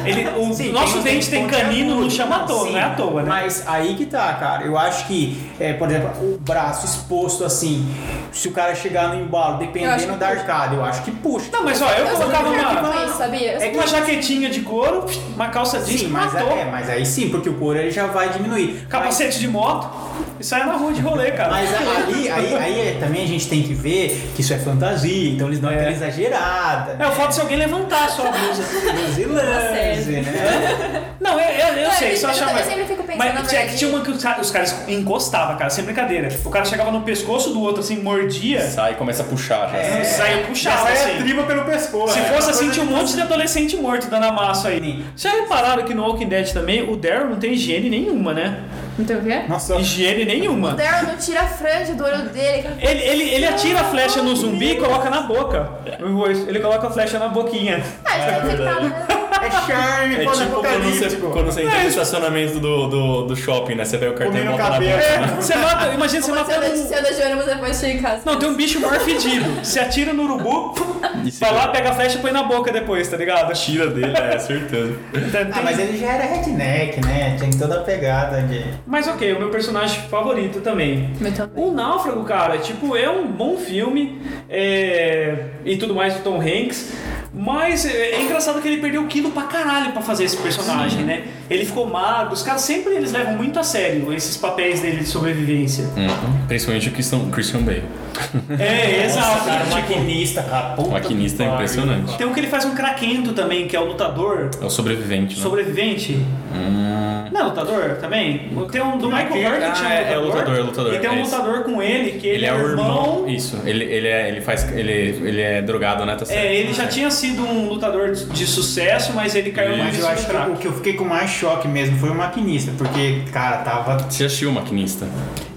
Ele, o Sim, um nosso os dente tem pontiagudos. canino, não chama à toa, é Sim, não é à toa, né? Mas aí que tá, cara. Eu acho que, é, por exemplo, o braço exposto assim, se o cara chegar no embalo, acho dependendo que da arcada, eu acho que puxa. Não, mas ó, eu Eu sou colocava muito uma. fraca com isso, sabia? Eu É sou que uma jaquetinha de couro, uma calça jeans, Sim, mas, matou. é, mas aí sim, porque o couro ele já vai diminuir. Capacete de moto e saia na rua de rolê, cara. Mas ali, aí, aí é- também a gente tem que ver que isso é fantasia, então eles dão aquela exagerada. É, o foto se alguém levantar a sua blusa. Brasilândia, né? Não, eu, eu, eu Não, sei, eu só sempre- achava. eu sempre fico pensando, na Mas tinha, verdade- tinha uma que os caras, os caras encostavam, cara, sem brincadeira. O cara chegava no pescoço do outro, assim, mordia, Sai e começa a puxar já. É e saia puxava, Essa é assim. tripa pelo pescoço. Se né? fosse assim, Coisa tinha um de monte de adolescente morto dando a massa aí. Já repararam que no Walking Dead também, o Daryl não tem higiene nenhuma, né? Não tem o quê? Nossa, Higiene nenhuma. O Daryl não tira a franja do olho dele. Ele, ele, ele atira a flecha no zumbi e coloca na boca. Ele coloca a flecha na boquinha. Ah, isso é infectado, né? é charme, É pô, tipo quando você, apocalíptico. quando você entra É. no estacionamento do, do, do shopping, né? Você pega o cartão e Comendo bota na cabelo. boca. É, você mata, imagina você é Se eu matando um, deixo- se eu deixo o ônibus depois chego em casa. Não, tem um bicho maior fedido. Você atira no urubu, vai lá, pega a flecha e põe na boca depois, tá ligado? Tá Tira dele, é, acertando. Tem- Ah, mas ele já era redneck, né? Tinha toda a pegada de. Mas ok, o meu personagem favorito também. Então- O Náufrago, cara, tipo, é um bom filme é, e tudo mais do Tom Hanks. Mas é é engraçado que ele perdeu quilo pra caralho pra fazer esse personagem, né? Ele ficou magro. Os caras sempre eles levam muito a sério esses papéis dele de sobrevivência. Principalmente o Christian, Christian Bale. É, exato. Cara, Tipo, maquinista, cara. O maquinista é impressionante. tem um que ele faz um craquento também, que é o lutador. É o sobrevivente, né? Sobrevivente? Hum. Não é lutador também? Tem um do Michael que- Jordan que ah, tinha um é, é lutador, é lutador, E tem um é isso. lutador com ele, que Ele é o irmão. irmão. Isso, ele, ele, é, ele faz. Ele, ele é drogado, né? Tá certo. É, ele já tinha sido um lutador de de sucesso, mas ele caiu Isso. mais Mas eu acho que o que eu fiquei com mais choque mesmo foi o maquinista, porque, cara, tava. Você assistiu o maquinista?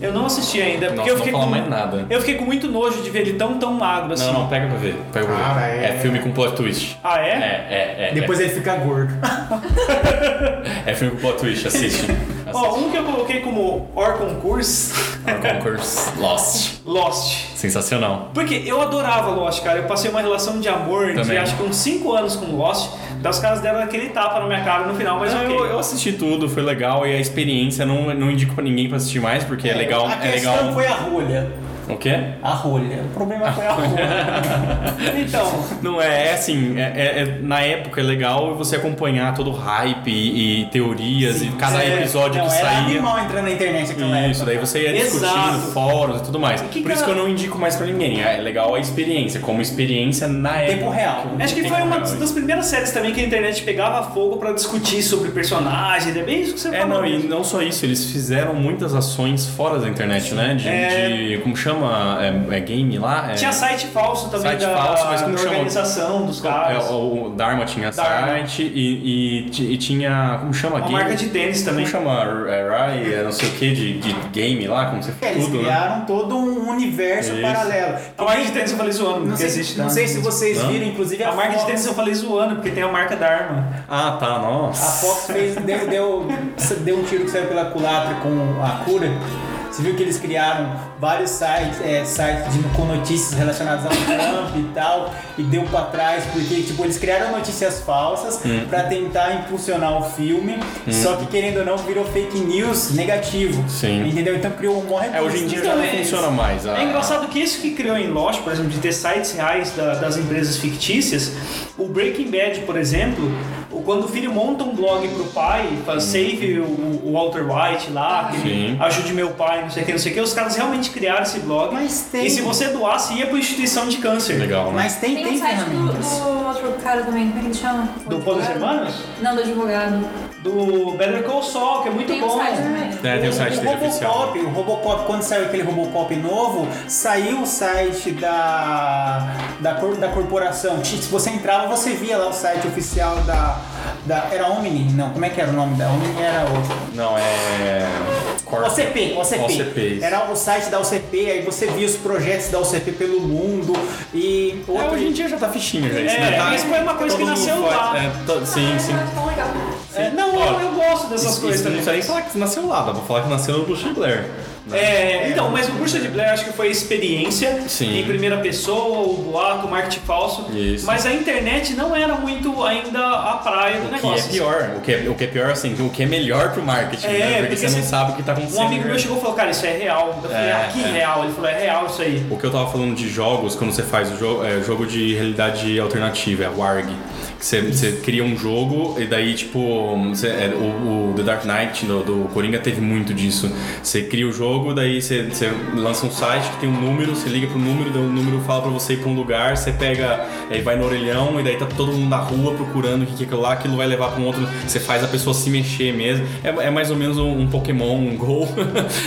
Eu não assisti ainda, porque Nossa, eu não fiquei fala com... mais nada. Eu fiquei com muito nojo de ver ele tão, tão magro assim. Não, não, pega pra ver. Pega pra Cara, ver. é- É filme com plot twist. Ah, É, é? é, é. Depois ele fica gordo. É, é filme com plot twist, assiste. Ó, Assiste. um que eu coloquei como Or Concurse, Our Conquerors Ah, Lost. Lost. Sensacional. Porque eu adorava Lost, cara. Eu passei uma relação de amor de Também. acho que uns 5 anos com Lost. Daí os caras deram aquele tapa na minha cara no final, mas Mas Ah, ok. eu, eu assisti tudo, foi legal e a experiência não, não indico pra ninguém pra assistir mais, porque é, legal. A É questão legal. foi a rolha. O quê? A rolha. O problema foi a rolha. Então, Não, é, é assim, é- é- é- na época é legal você acompanhar todo o hype e, e teorias e cada É, episódio não, que Era saía. animal entrando na internet naquela Isso, época. daí você ia discutindo Exato. fóruns e tudo mais. que Por isso que cara- eu não indico mais pra ninguém. É legal a experiência, como experiência na época. Tempo real. né? acho que Tempo foi uma um real, das primeiras séries também que a internet pegava fogo pra discutir sobre personagens. É bem isso que você É, falou. não, e mesmo. não só isso, eles fizeram muitas ações fora da internet, né? De, É. de- como chama? É, é game lá? É, Tinha site falso também Site da, falso, mas como da chama? organização dos é, caras. o, o Dharma tinha Dharma. site e, e ti- e tinha. Como chama? uma game? marca de tênis também. Como chama? É, Rai, é, não sei o que, de, de game lá, como você É, Eles tudo, né? criaram todo um universo Isso. paralelo. A marca de tênis eu falei zoando, Não porque sei, existe. não né? sei se vocês Não? viram, inclusive, a, A marca de Fox- tênis eu falei zoando, porque tem a marca da arma. Ah, tá, A nossa. Fox fez, deu, deu, deu um tiro que saiu pela culatra com a cura. Você viu que eles criaram vários sites, é, sites de- com notícias relacionadas ao Trump e tal, e deu pra trás, porque tipo, eles criaram notícias falsas Hum. pra tentar impulsionar o filme, só que querendo ou não, virou fake news negativo. Sim. Entendeu? Então criou um maior É, hoje em dia já não Então, é isso. funciona mais. ah, a- É engraçado que isso que criou em Lost, por exemplo, de ter sites reais da- das empresas fictícias, o Breaking Bad, por exemplo, o- quando o filho monta um blog pro pai, fala, save o, o Walter White lá, que Hum. Ah, Sim. ajude meu pai, não sei o que, não sei o que, os caras realmente criaram esse blog. Mas tem- E se você doasse, ia pra instituição de câncer. Legal, né? Mas tem, Tem tem, um site do, ferramentas. do outro cara também, como é que ele chama? Do Pão dos Hermanos? Não, do advogado. Do Better Call Saul, que é muito Tem um bom. site também. É, tem o site dele oficial. Robocop, o Robocop, quando saiu aquele Robocop novo, saiu o site da, da, cor- da corporação. Se você entrava, você via lá o site oficial da. da era Omni? Não, como é que era o nome da Omni? Era o. Não, é. Corp. OCP, OCP. OCP, isso. Era o site da OCP, aí você via os projetos da OCP pelo mundo e. É, outro- hoje em dia já tá fichinha, gente. É, mas foi uma coisa que Todo mundo nasceu faz- lá. é, to- sim, sim. Tão legal. É, não, eu, eu gosto dessas Isso- coisas isso Não também. precisa nem falar que nasceu lá, dá pra falar que nasceu no Bush Blair. né? É, então, mas o curso de Blair acho que foi experiência Sim. em primeira pessoa, o boato, o marketing falso. Isso. Mas a internet não era muito ainda a praia do O que é negócio. pior, o que é, o que é pior assim, o que é melhor pro marketing, É, né? Porque, porque você não se- sabe o que tá acontecendo. Um amigo meu né? chegou e falou, cara, isso é real. Eu falei, É, ah, que é. real? Ele falou, é real isso aí. O que eu tava falando de jogos, quando você faz o jogo, é, jogo de realidade alternativa, é Warg. Que você, você cria um jogo e daí, tipo, você- é, o, o The Dark Knight do, do Coringa teve muito disso. Você cria o jogo, daí você, você lança um site que tem um número, você liga pro número, daí o número fala pra você ir pra um lugar, você pega, aí vai no orelhão e daí tá todo mundo na rua procurando o que que é aquilo lá, aquilo vai levar pra um outro. Você faz a pessoa se mexer mesmo. É, é mais ou menos um, um Pokémon, um Go.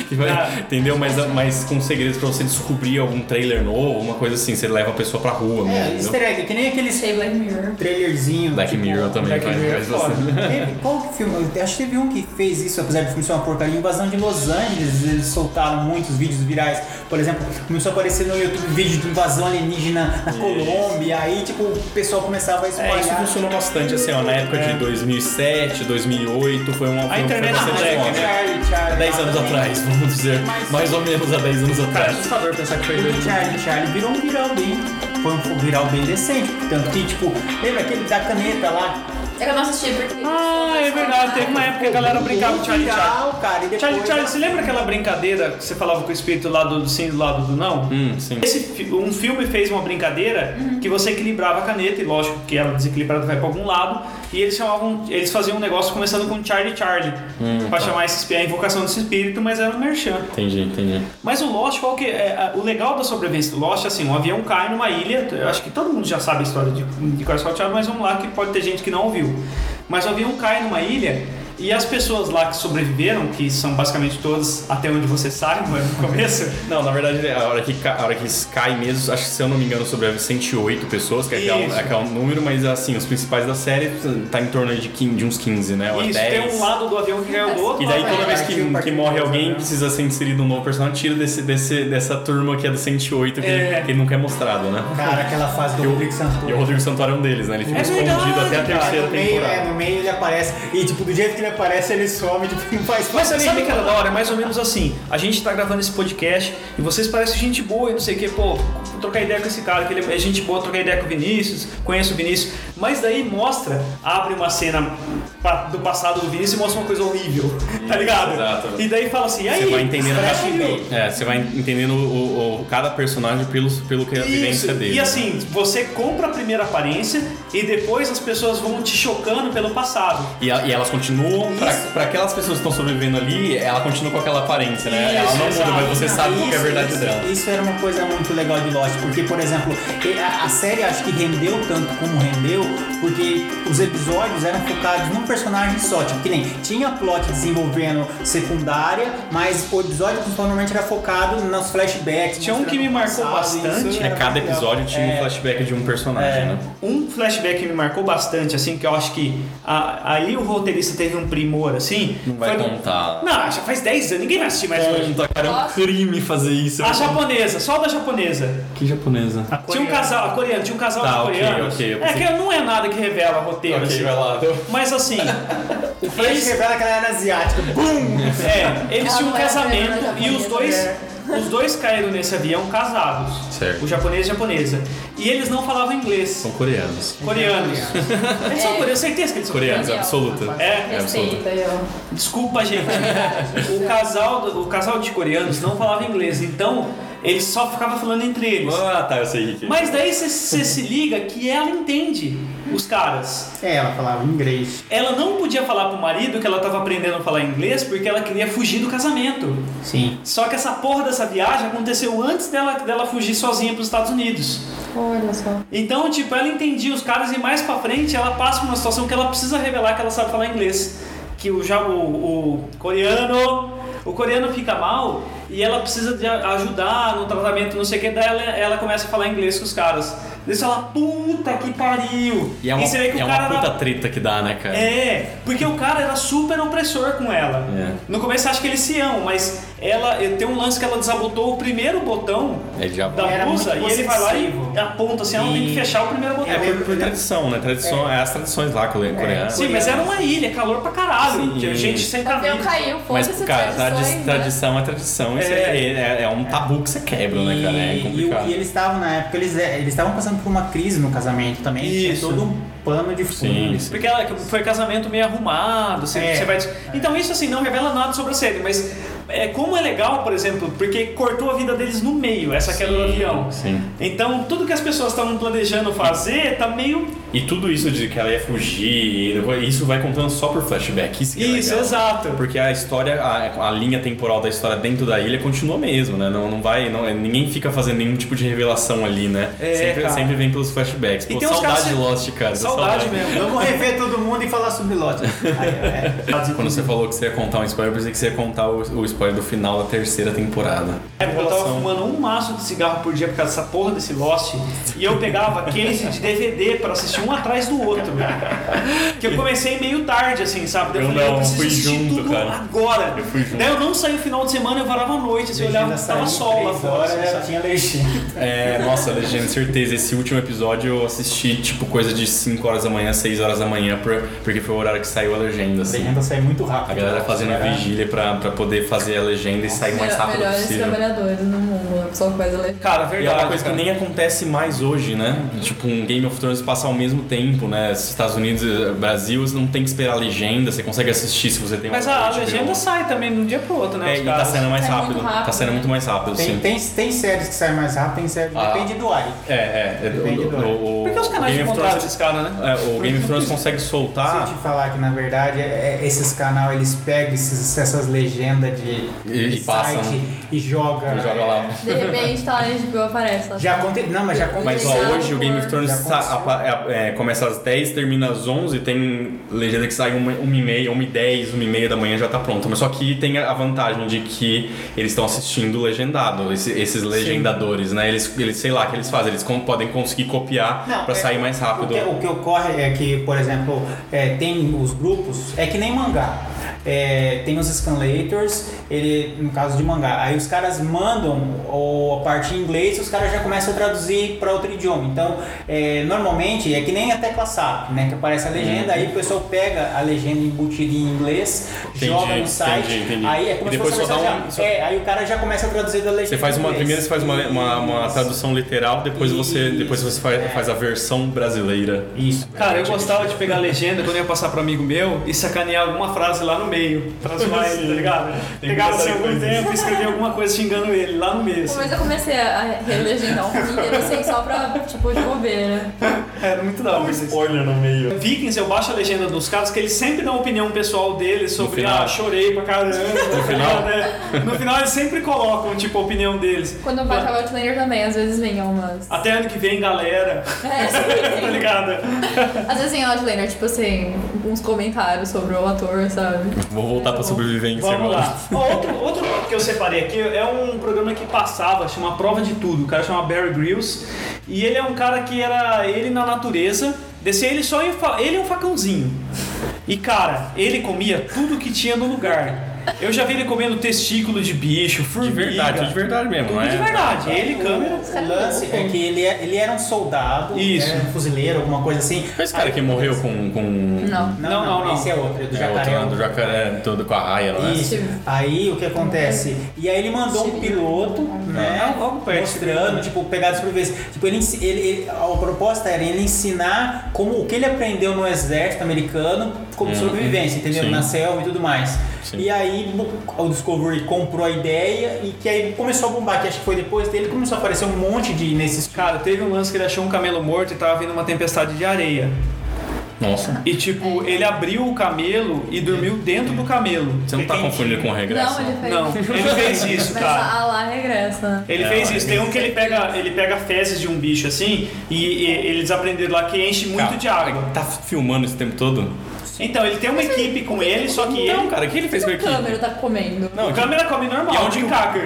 que vai- Ah. Entendeu? Mas, mas com segredos pra você descobrir algum trailer novo, uma coisa assim, você leva a pessoa pra rua É, mesmo. entendeu? easter egg, que nem aqueles Sei, Black Mirror. trailerzinho. tipo, Black Mirror também assim, faz- Mirror faz é foda. bastante. Teve- Qual que filme? Eu Acho que teve um que fez isso, apesar do filme ser uma porcaria. Invasão de Los Angeles, eles soltaram muitos vídeos virais. Por exemplo, começou a aparecer no YouTube vídeo de invasão alienígena na Colômbia. Aí, tipo, o pessoal começava a espalhar. É, isso funcionou bastante, assim, ó, na época de 2007, 2008, foi uma... foi- foi internet Ah, bastante mas é bom, o moleque, né? Charlie, Charlie. Há 10 anos atrás, vamos dizer. Mas- Mais ou menos há 10 anos Cara, atrás. assustador pensar que foi do Charlie. Charlie virou um viral bem. Foi um viral bem decente. Tanto que, tipo, lembra aquele da caneta lá? É que eu não assisti porque. Ah, é verdade. Teve uma época que a galera brincava com Charlie Charlie. Viral, cara. E depois Charlie, Charlie, você lembra aquela brincadeira que você falava com o espírito do lado do sim e do lado do não? Hum, sim. Esse, fi- um filme fez uma brincadeira que você equilibrava a caneta, e lógico que ela desequilibrada vai pra algum lado, e eles chamavam, eles faziam um negócio começando com Charlie Charlie, pra chamar esse, espi- a invocação desse espírito, mas era um merchan. Entendi, entendi. Mas o Lost, qual que é, a- o legal da sobrevivência do Lost, assim, um avião cai numa ilha, eu acho que todo mundo já sabe a história de, de Coração Salteado, mas vamos lá que pode ter gente que não ouviu. Mas o avião cai numa ilha e as pessoas lá que sobreviveram, que são basicamente todas, até onde você sabe, não é no começo, Não, na verdade, a hora que, ca- a hora que cai mesmo, acho que se eu não me engano, sobre 108 pessoas, que é aquele Isso. é aquele número, mas assim, os principais da série tá em torno de, 15, de uns 15, né? Ou isso, 10. tem um lado do avião que caiu do outro E daí lado. toda vez que, Partiu, que partiu, morre partiu, alguém né? precisa ser inserido um novo personagem, tira desse, desse- dessa turma que é do 108 que, É. que nunca é mostrado, né? Cara, aquela fase do Rodrigo Santoro. E o Rodrigo Santoro é um deles, né? Ele fica É escondido verdade, até a Cara, terceira no meio, é, né? temporada. no meio ele aparece. E tipo, do jeito que ele aparece, ele some, tipo, não faz Mas parte sabe que nenhuma. era da hora? É mais ou menos assim. A gente tá gravando esse podcast e vocês parecem gente boa e não sei o que, pô, vou trocar ideia com esse cara, que ele é gente boa, trocar ideia com o Vinícius, conheço o Vinícius. Mas daí mostra, abre uma cena pa- do passado do Vinícius e mostra uma coisa horrível, tá ligado? exato. E daí fala assim, e aí, Você vai entendendo caralho?" cada, é, você vai entendendo o, o- o- cada personagem pelo, pelo que é a vivência Isso. dele. E assim, você compra a primeira aparência e depois as pessoas vão te chocando pelo passado. E, a- e elas continuam, pra, pra aquelas pessoas que estão sobrevivendo ali, ela continua com aquela aparência, né? ela Isso, não muda, exato. mas você sabe o que é a verdade isso, dela. Isso era uma coisa muito legal de Lost, porque, por exemplo, a, a série acho que rendeu tanto como rendeu, porque os episódios eram focados num personagem só, tipo, que nem tinha plot desenvolvendo secundária, mas o episódio principalmente era focado nos flashbacks. Tinha um mostrando que me o marcou passado, e isso bastante. É, era cada muito legal. episódio tinha um É. flashback de um personagem, É. né? Um flashback que me marcou bastante, assim, que eu acho que a- aí o roteirista teve um primor, assim. Não vai foi no- contar. Não, já faz 10 anos, ninguém vai assistir mais hoje. Conta, cara, é um crime fazer isso. é A japonesa, só da japonesa. Que japonesa? Tinha um casal, a coreana, tinha um casal Tá, de ok, coreanos. ok, eu é pensei que não é nada que revela roteiro, Ok, assim. vai lá. Mas assim, O Ele Eles- revela que ela era asiática. Bum! É, eles Ela tinham um não era casamento japonesa, e os dois, mulher. os dois caíram nesse avião casados. Certo. O japonês e a japonesa. E eles não falavam inglês. São coreanos. Coreanos. Eles são É. coreanos, certeza que eles são Coreanos, Daniel. absoluta. É, absoluta. Respeita, eu. Desculpa, gente. O casal, o casal de coreanos não falava inglês, então eles só ficavam falando entre eles. Ah, tá, eu sei o que é. Mas daí você se liga que ela entende os caras. É, ela falava inglês. Ela não podia falar pro marido que ela tava aprendendo a falar inglês porque ela queria fugir do casamento. Sim. Só que essa porra dessa viagem aconteceu antes dela, dela fugir sozinha pros Estados Unidos. Olha só. Então, tipo, ela entendia os caras e mais pra frente ela passa por uma situação que ela precisa revelar que ela sabe falar inglês. Que o, já, o, o coreano. O coreano fica mal e ela precisa de a- ajudar no tratamento, não sei o que, daí ela, ela começa a falar inglês com os caras. Daí você fala, puta que pariu! E é uma, você vê que é o uma cara puta era- treta que dá, né, cara? é, porque o cara era super opressor com ela. É. No começo acha que eles se amam, mas ela tem um lance que ela desabotou o primeiro botão Ele É, já da Era blusa e muito ele vai lá e possessivo. aponta assim, ela tem que E- fechar o primeiro botão. É por, por tradição, né? Tradição, é. as tradições lá core- coreanas. Sim, mas era uma ilha, é calor pra caralho. Sim. Tinha gente sem Avião camisa. caiu, Mas, foda-se cara, tá tradi- tradições, né? tradição é tradição. Isso É. é. é- é um tabu que você quebra, né, cara? É E- complicado. E, e eles estavam na época, eles é, eles estavam passando por uma crise no casamento também. Tinha Isso. todo um pano de fundo. Sim, sim. Porque ela, foi casamento meio arrumado, você, É. você vai. Então isso assim não revela nada sobre a série, mas é, como é legal, por exemplo, porque cortou a vida deles no meio, essa queda do avião. sim. Então tudo que as pessoas estavam planejando fazer tá meio E tudo isso de que ela ia fugir, isso vai contando só por flashback. Isso, que é Isso, legal. exato. Porque a história, a, a linha temporal da história dentro da ilha continua mesmo, né? Não, não vai, não, ninguém fica fazendo nenhum tipo de revelação ali, né? É, sempre, cara. sempre vem pelos flashbacks. E Pô, tem uns saudade caras de que- Lost, cara. Saudade mesmo. Vamos rever todo mundo e falar sobre lote. Aí, é. Quando você falou que você ia contar um spoiler, eu pensei que você ia contar o, o spoiler do final da terceira temporada. É porque eu tava Revelação. fumando um maço de cigarro por dia por causa dessa porra desse Lost. E eu pegava case de DVD pra assistir um atrás do outro. Que eu comecei meio tarde, assim, sabe? Daí Eu falei, não, preciso fui assistir junto, tudo cara. agora. Eu fui junto. Daí eu não saí no final de semana, eu varava a noite, assim, eu olhava que tava Legenda sol lá saiu em três fora. né? horas, já sabe? tinha legenda. É, nossa, Legenda, certeza. Esse último episódio eu assisti, tipo, coisa de 5 horas da manhã, 6 horas da manhã, por- porque foi o horário que saiu a legenda, A assim. legenda sai é muito rápido. A galera fazendo a Era- vigília pra, pra poder fazer a legenda e sair o mais Melhor- é rápido Melhores possível. trabalhadores no mundo, a pessoa que faz a lei. Cara, E é verdade. uma coisa que cara. nem acontece mais hoje, né? Tipo, um Game of Thrones passa ao mesmo tempo, né? Estados Unidos, eh, Brasil, você não tem que esperar a legenda, você consegue assistir se você tem Mas uma a HBO. legenda sai também de um dia pro outro, né? É, os e tá caras. saindo mais Sai muito rápido. rápido, Tá saindo né? muito mais rápido, Tem, sim. tem, tem séries que saem mais rápido, tem séries. Ah. Depende do ar. É, é. é do- Depende do- do- o- Por que os canais Game de of contrato Thrones, desses caras, né? é, o Game of Thrones consegue soltar. Se eu te falar que na verdade é- é- esses canal eles pegam esses- essas legendas de, E- de e passam. e joga. Joga lá. De repente, tá lá na HBO, aparece lá. Já aconteceu. Não, mas já Mas aconteceu. ó, Exato. hoje o Game of Thrones Já aconteceu. sa- apa- é, é, começa às 10, termina às 11, tem legenda que sai 1 e meia, 1 e 10, 1 e meia da manhã já tá pronto. Mas só que tem a a vantagem de que eles estão assistindo legendado, esse- esses legendadores, né? Eles, eles, sei lá, o que eles fazem, eles com- podem conseguir copiar Não, pra é- sair mais O rápido. que, o que ocorre é que, por exemplo, é, tem os grupos, é que nem mangá. É, tem os scanlators, ele, no caso de mangá, aí os caras mandam o, a parte em inglês e os caras já começam a traduzir para outro idioma. Então, é, normalmente é que nem a tecla SAP, né? Que aparece a legenda, aí o pessoal pega a legenda embutida em inglês, Uhum. Entendi, joga no entendi, site, entendi. aí é E como se depois fosse só a dá versão um- já- é, aí o cara já começa a traduzir da legenda. Você faz uma em inglês. primeira, você faz uma, uma, uma Isso. tradução literal, depois você depois você fa- É. faz a versão brasileira. Isso. Cara, eu gostava de pegar a legenda quando eu ia passar pro amigo meu e sacanear alguma frase lá no meio. Transformar ele, tá ligado? Tem Pegava muita assim algum coisa. tempo e escrevia alguma coisa xingando ele lá no meio. Pô, assim. Mas eu comecei a relegendar um filme inteiro, assim, só pra, tipo, de bobeira. É, Era muito da hora. isso. um Spoiler no meio. Vikings, eu baixo a legenda dos caras que eles sempre dão a opinião pessoal deles sobre, final. ah, chorei pra caramba. No final? No final eles sempre colocam, tipo, a opinião deles. Quando vai acabar o Outlander também, às vezes vinha umas... Ah. Até ano que vem, galera. É, Tá sim, ligado? sim. Às vezes em Outlander, tipo assim, uns comentários sobre o ator, sabe? Vou voltar pra sobrevivência Vamos agora. lá. Ó, outro, outro que eu separei aqui é um programa que passava, chama Prova de Tudo. O cara chama Barry Grylls. E ele é um cara que era ele na natureza. Descia ele só em, fa- ele é um facãozinho. E cara, ele comia tudo que tinha no lugar. Eu já vi ele comendo testículo de bicho, De formiga. verdade, de verdade mesmo, não Tudo de é? verdade. Ele, câmera. O lance é que ele, é- ele era um soldado, Isso. era um fuzileiro, alguma coisa assim. Esse cara Aí- que morreu com. com... Não. Não, Não, não, não, não. Esse é outro, é do É, outro jacaré. né? lá do jacaré todo com a raia, não é? Isso. Aí o que acontece? E aí ele mandou um piloto, né? Não, algo perto. Mostrando, tipo, pegadas por vezes. Tipo, ele, ensi- ele, ele- a proposta era ele ensinar como o que ele aprendeu no exército americano como sobrevivência, entendeu? Uhum. Sim. Na selva e tudo mais. Sim. E aí o Discovery comprou a ideia e que aí começou a bombar, que acho que foi depois dele, começou a aparecer um monte de nesses Cara, teve um lance que ele achou um camelo morto e tava vindo uma tempestade de areia. Nossa. E tipo, ele abriu o camelo e dormiu dentro do camelo. Você não tá Entendi. confundindo com né? regressão? Não, ele fez. Não, ele fez isso, Mas cara. Tá. a lá regressa, né? Ele É, fez olha, isso. Tem um que ele pega, ele pega fezes de um bicho assim e, e eles aprenderam lá que enche muito Cara, de água. Tá filmando esse tempo todo? Então, ele tem uma equipe com ele, só que Não, ele. então, cara, o que ele fez com O aqui? câmera tá comendo. Não, O câmera come normal, E é onde de o- caca.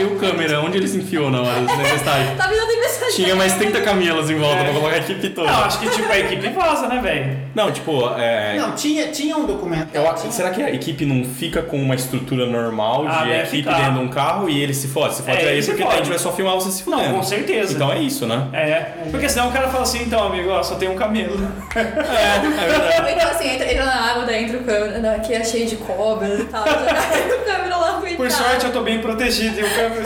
E o câmera, onde ele se enfiou na hora da tempestade? Tá vindo a mensagem. Tinha mais 30 camelas em volta É. pra colocar a equipe toda. Não, acho que tipo a equipe vaza, né, velho? Não, tipo, é. Não, tinha, tinha um documento. eu acho- Tinha- será que a equipe não fica com uma estrutura normal Ah, de deve equipe ficar. dentro de um carro e ele se fode? Se fode É, ele aí se porque fode. a gente vai só filmar você se Não, fudendo. com certeza. Então é isso, né? É. Porque senão o cara fala assim, então, amigo, ó, só tem um camelo. É, Então assim, entra, entra na água, daí entra o câmera. Não, aqui é cheio de cobras e tal. Já entra o câmera lá coitado. Por sorte eu tô bem protegido e o câmera.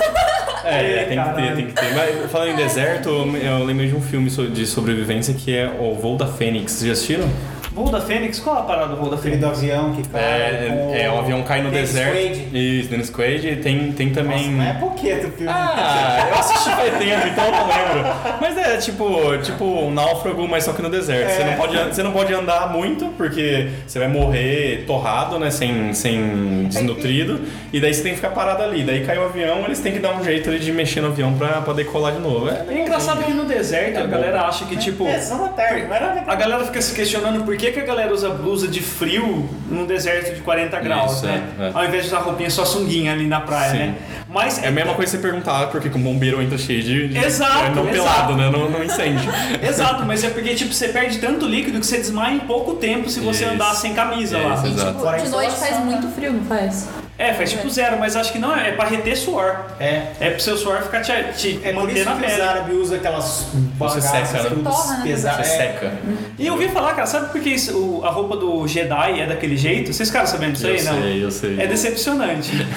É, Ei, tem que ter, caralho. tem que ter. Mas falando em deserto, eu lembrei de um filme so- de sobrevivência que é O Voo da Fênix. Vocês já assistiram? Voo da Fênix? Qual a parada do voo da Aquele Fênix? do avião que cai Ah, com- É, é, o avião cai no Dennis deserto. Quaid. Isso, Dennis Quaid. E Tem, tem Nossa, também. não é boqueta o filme. Ah, eu assisti faz tempo, então eu não lembro. Mas é tipo, tipo um náufrago, mas só que no deserto. Você, É. não pode, você não pode andar muito, porque você vai morrer torrado, né? Sem, sem desnutrido. E daí você tem que ficar parado ali. Daí cai o avião, eles têm que dar um jeito ali de mexer no avião pra, pra decolar de novo. É, É engraçado que no deserto a galera acha que, tipo. É, só na tarde, não era A galera fica se questionando por que, que a galera usa blusa de frio num deserto de 40 graus, Isso, né? é, é. Ao invés de usar roupinha só sunguinha ali na praia, Sim. né? Mas É a mesma coisa que você perguntar porque que um bombeiro entra cheio de. de- Exato, exato. Não pelado, né? Não, não incêndio. Exato, mas é porque tipo, você perde tanto líquido que você desmaia em pouco tempo se você Isso. andar sem camisa É Isso, lá. E, Exato. tipo, Fora a de noite insolação, faz né? muito frio, não faz? É, faz tipo zero, mas acho que não é, é pra reter suor. É. É pro seu suor ficar te, te É por manter isso na que os pele. árabes usam aquelas seca, né? bagaças tudo Torra, né? pesadas. Você É. seca. E eu ouvi falar, cara, sabe por que isso- o- a roupa do Jedi é daquele jeito? Vocês ficaram sabendo disso Eu aí, não? sei, eu sei. É decepcionante.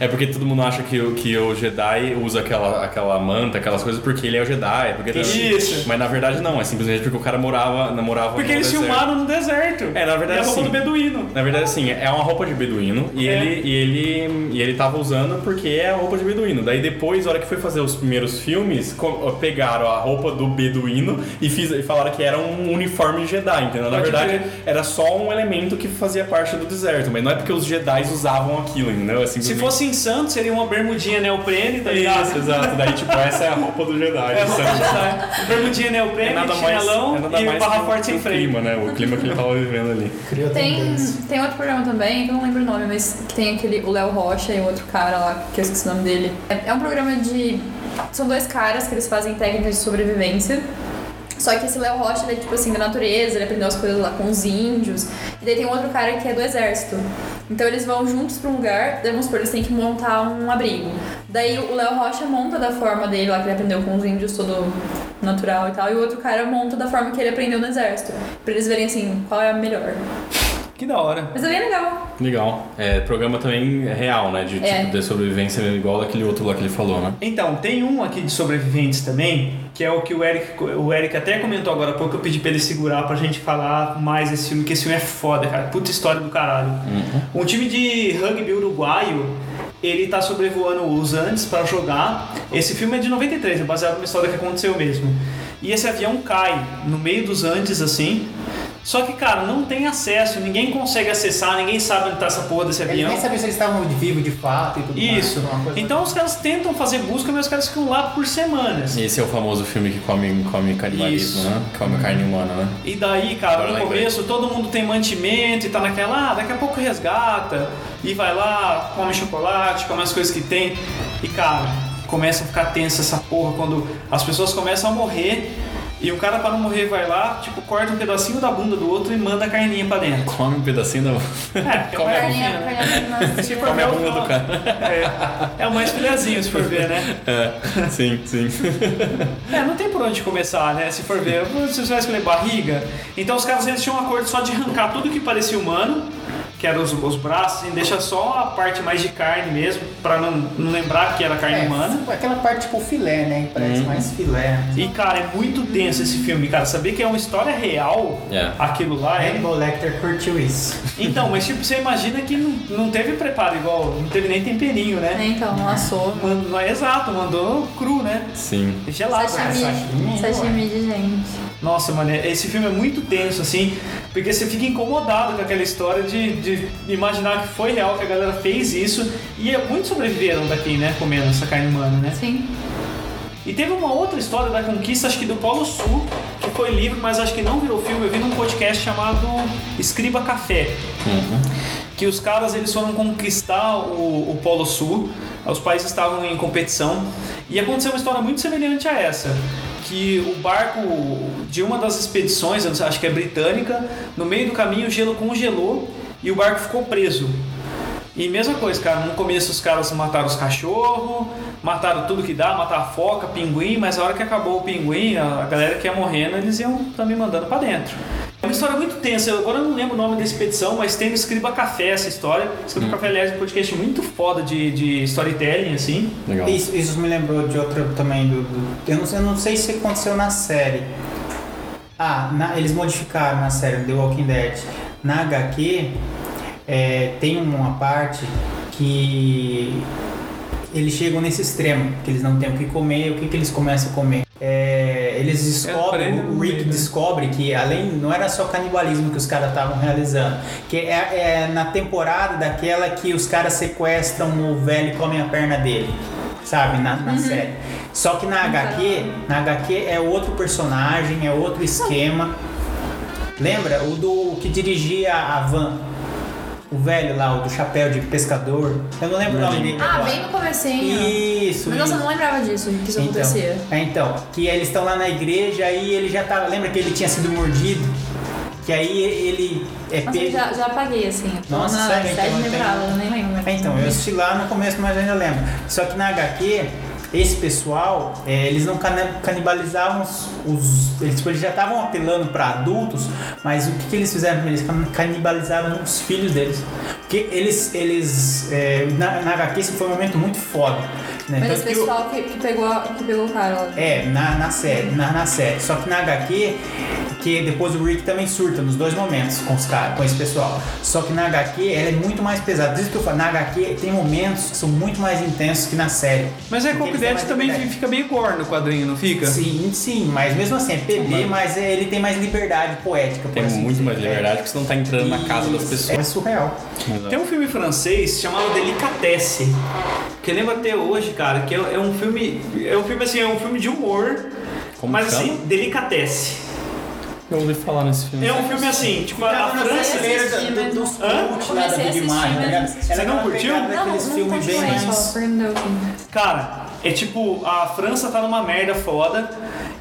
É porque todo mundo acha que, o- que o Jedi usa aquela, aquela manta, aquelas coisas, porque ele é o Jedi. Porque Isso. Mas na verdade não, é simplesmente porque o cara morava, namorava Porque no eles deserto. filmaram no deserto. É, na verdade, E a roupa sim. do beduíno. Na verdade, assim, é uma roupa de beduíno e, É. ele, e, ele, e ele tava usando porque é a roupa de beduíno. Daí depois, na hora que foi fazer os primeiros filmes, co- pegaram a roupa do beduíno e, fiz, e falaram que era um uniforme Jedi, entendeu? Na Pode verdade, crer. era só um elemento que fazia parte do deserto, mas não é porque os Jedi usavam aquilo, entendeu? É Se simplesmente- fosse em Santos, seria uma bermudinha neoprene, tá ligado? Isso, exato. Daí, tipo, essa é a roupa do Jedi. É, sabe? sabe? bermudinha É neoprene, nada mais, chinelão é nada e um mais barra que forte o sem freio. clima, né? O clima que ele tava vivendo ali. Criou Tem, tendência. tem outro programa também, que eu não lembro o nome, mas que tem aquele o Léo Rocha e um outro cara lá, que eu esqueci o nome dele. É, é um programa de. São dois caras que eles fazem técnicas de sobrevivência. Só que esse Léo Rocha, ele é tipo assim, da natureza, ele aprendeu as coisas lá com os índios. E daí tem um outro cara que é do exército. Então eles vão juntos pra um lugar, daí, vamos supor, eles têm que montar um abrigo. Daí o Léo Rocha monta da forma dele lá que ele aprendeu com os índios, todo natural e tal. E o outro cara monta da forma que ele aprendeu no exército. Pra eles verem assim, qual é a melhor. Que da hora. Mas é bem legal. Legal. É, programa também real, né? De, É. tipo, de sobrevivência igual daquele outro lá que ele falou, né? Então, tem um aqui de sobreviventes também, que é o que o Eric, o Eric até comentou agora há pouco, eu pedi pra ele segurar pra gente falar mais desse filme, que esse filme é foda, cara. Puta história do caralho. Um time de rugby uruguaio, ele tá sobrevoando os Andes pra jogar. Esse filme é de 93, é baseado numa história que aconteceu mesmo. E esse avião cai no meio dos Andes, assim. Só que, cara, não tem acesso, ninguém consegue acessar, ninguém sabe onde tá essa porra desse Eles avião. É, nem sabiam se eles estavam vivos de fato e tudo Isso. mais. uma coisa- Então os caras tentam fazer busca, mas os caras ficam lá por semanas. Esse é o famoso filme que come, come canibalismo, Isso. né? Come carne humana, né? E daí, cara, Agora no lembrei. começo todo mundo tem mantimento e tá naquela, ah, daqui a pouco resgata, e vai lá, come chocolate, come as coisas que tem. E cara, começa a ficar tensa essa porra quando as pessoas começam a morrer. E o cara, pra não morrer, vai lá, tipo, corta um pedacinho da bunda do outro e manda a carninha pra dentro. Come um pedacinho da. É, Come a é, Carninha, carninha, se for Tipo, Come ver, a o- bunda do cara. É, é o mais filhazinho, se for ver, né? É, sim, sim. É, não tem por onde começar, né? Se for ver, se você vai escolher barriga. Então os caras eles tinham um acordo só de arrancar tudo que parecia humano, que eram os, os braços, e deixa só a parte mais de carne mesmo, pra não, não lembrar que era carne é, humana. aquela parte É, tipo filé, né? Parece Uhum. mais filé. E cara, é muito denso esse filme, cara. Saber que é uma história real, É. aquilo lá é. Rainbow Lecter curtiu isso. Então, mas tipo, você imagina que não, não teve preparo igual, não teve nem temperinho, né? Então, não assou. Mano, não é exato, mandou cru, né? Sim. Gelado, né? é Sashimi. Sashimi de gente. Nossa, mano, esse filme é muito tenso, assim, porque você fica incomodado com aquela história de, de imaginar que foi real, que a galera fez isso, e é- muitos sobreviveram daqui, né, comendo essa carne humana, né? Sim. E teve uma outra história da conquista, acho que do Polo Sul, que foi livro, mas acho que não virou filme. Eu vi num podcast chamado Escriba Café. Que os caras eles foram conquistar o, o Polo Sul, os países estavam em competição, e aconteceu uma história muito semelhante a essa. Que o barco de uma das expedições, eu não sei, acho que é britânica, no meio do caminho o gelo congelou e o barco ficou preso. E mesma coisa, cara, no começo os caras mataram os cachorros, mataram tudo que dá, mataram a foca, pinguim, mas a hora que acabou o pinguim, a a galera que ia morrendo, eles iam também mandando pra dentro. É uma história muito tensa, eu- agora eu não lembro o nome da expedição, mas tem no Escriba Café essa história. Escriba Café, aliás, é um podcast muito foda de, de storytelling, assim. Legal. Isso, isso me lembrou de outra também. Do, do- eu, não, eu não sei se aconteceu na série. Ah, na- eles modificaram na série The Walking Dead. Na HQ, é, tem uma parte que eles chegam nesse extremo, que eles não têm o que comer, o que, que eles começam a comer? É, eles descobrem, prendem o no Rick meio, né? descobre que além não era só canibalismo que os caras estavam realizando, que é, é na temporada daquela que os caras sequestram o velho e comem a perna dele, sabe, na, Uhum. na série. Só que na HQ, na HQ é outro personagem, é outro esquema. Lembra o do o que dirigia a van? O velho lá, o do chapéu de pescador. Eu não lembro o nome dele. Ah, agora. bem no comecinho. Isso, Mas nossa, eu isso. não lembrava disso, que isso então, acontecia. é, então, que eles estão lá na igreja e ele já tava. Lembra que ele tinha sido mordido? Que aí ele é Nossa, eu pego. já, já apaguei, assim. Eu tô Nossa, na sério, série então, eu lembrava, tenho- eu nem lembro. É, Então, eu assisti lá no começo, mas ainda lembro. Só que na HQ, esse pessoal, é, eles não cana- canibalizavam os. os- eles, tipo, eles já estavam apelando pra adultos, mas o que, que eles fizeram? Eles can- canibalizaram os filhos deles. Porque eles. eles é, na, na HQ, esse foi um momento muito foda. Né? Mas Tanto esse que o- pessoal que, que pegou, a- que pegou o cara lá. é, na, na série, na, na série. Só que na HQ, que depois o Rick também surta nos dois momentos com os caras, com esse pessoal. Só que na HQ ela é muito mais pesada. Por isso que eu falo, na HQ tem momentos que são muito mais intensos que na série. Mas é Porque Cock eles Dead têm tá mais também liberdade. fica meio gore no quadrinho, não fica? Sim, sim, mas mesmo assim é PB, mas é, ele tem mais liberdade poética. por Tem assim muito dizer. mais liberdade, porque você não tá entrando na casa das Isso, pessoas. É surreal. Tem um filme francês chamado Delicatesse, que eu lembro até hoje, cara, que é, é um filme. É um filme assim, é um filme de humor. Como mas chama? assim, Delicatesse. um Eu ouvi falar nesse filme. É um filme assim, tipo, a Cara, na França. brasileira assisti, do- mas não- dos cultos lá da Comecei a Big assistir, mas Mind, né? não assisti. Ela Você não é uma curtiu? pegada Não, tá não daqueles filmes bem continuei, só mais. Fernando Delfim. Cara, é tipo, a França tá numa merda foda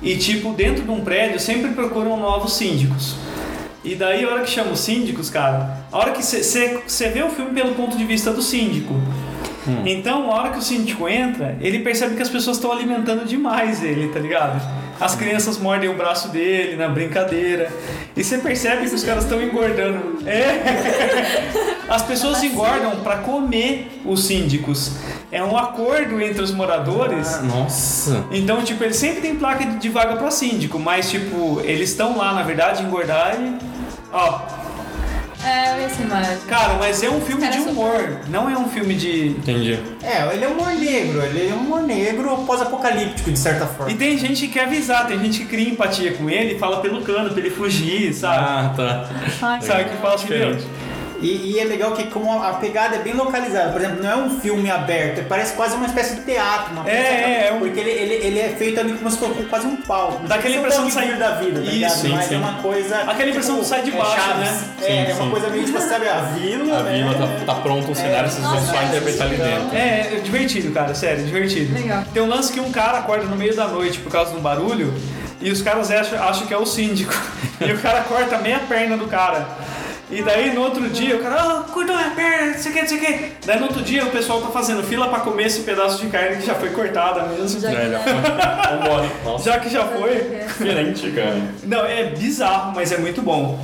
e, tipo, dentro de um prédio sempre procuram novos síndicos. E daí, a hora que chama os síndicos, cara, a hora que você vê o filme pelo ponto de vista do síndico. Então, a hora que o síndico entra, ele percebe que as pessoas estão alimentando demais ele, tá ligado? As crianças mordem o braço dele na brincadeira. E você percebe que os caras estão engordando. É. As pessoas engordam pra comer os síndicos. É um acordo entre os moradores. Ah. Nossa. Então, tipo, eles sempre tem placa de de vaga pra síndico, mas, tipo, eles estão lá, na verdade, engordar e. Ó, É, eu vi essa imagem. cara, mas é um filme Cara, de eu sou humor, não é um filme de. Entendi. É, ele é um humor negro, ele é um humor negro pós-apocalíptico, de certa forma. E tem gente que quer avisar, tem gente que cria empatia com ele e fala pelo cano pra ele fugir, sabe? Ah, tá. Ai, sabe que fala assim, meu, Diferente. E, e é legal que como a pegada é bem localizada, por exemplo, não é um filme aberto, é- parece quase uma espécie de teatro, uma É, é, é um- porque ele, ele, ele é feito ali como se fosse quase um palco. Dá aquela Não impressão é um de sair- filme da vida, tá Isso, ligado? sim, Mas sim. é uma coisa. Aquela impressão de sair de baixo, Chaves. né? É, Sim, é uma sim. coisa meio tipo, sabe, a vila. A né? Vilma tá, tá pronto um cenário, vocês vão só interpretar ali dentro. É, é divertido, cara, sério, divertido. Legal. Tem um lance que um cara acorda no meio da noite por causa de um barulho E os caras acham, acham que é o síndico. E o cara corta meia perna do cara. E daí no outro dia o cara, ah, cortou minha perna, não sei o que, não sei o que. Daí no outro dia o pessoal tá fazendo fila pra comer esse pedaço de carne que já foi cortada mesmo. Já que, Velho, né? vambora. Nossa, Já que já foi. diferente, cara. Não, é bizarro, mas é muito bom.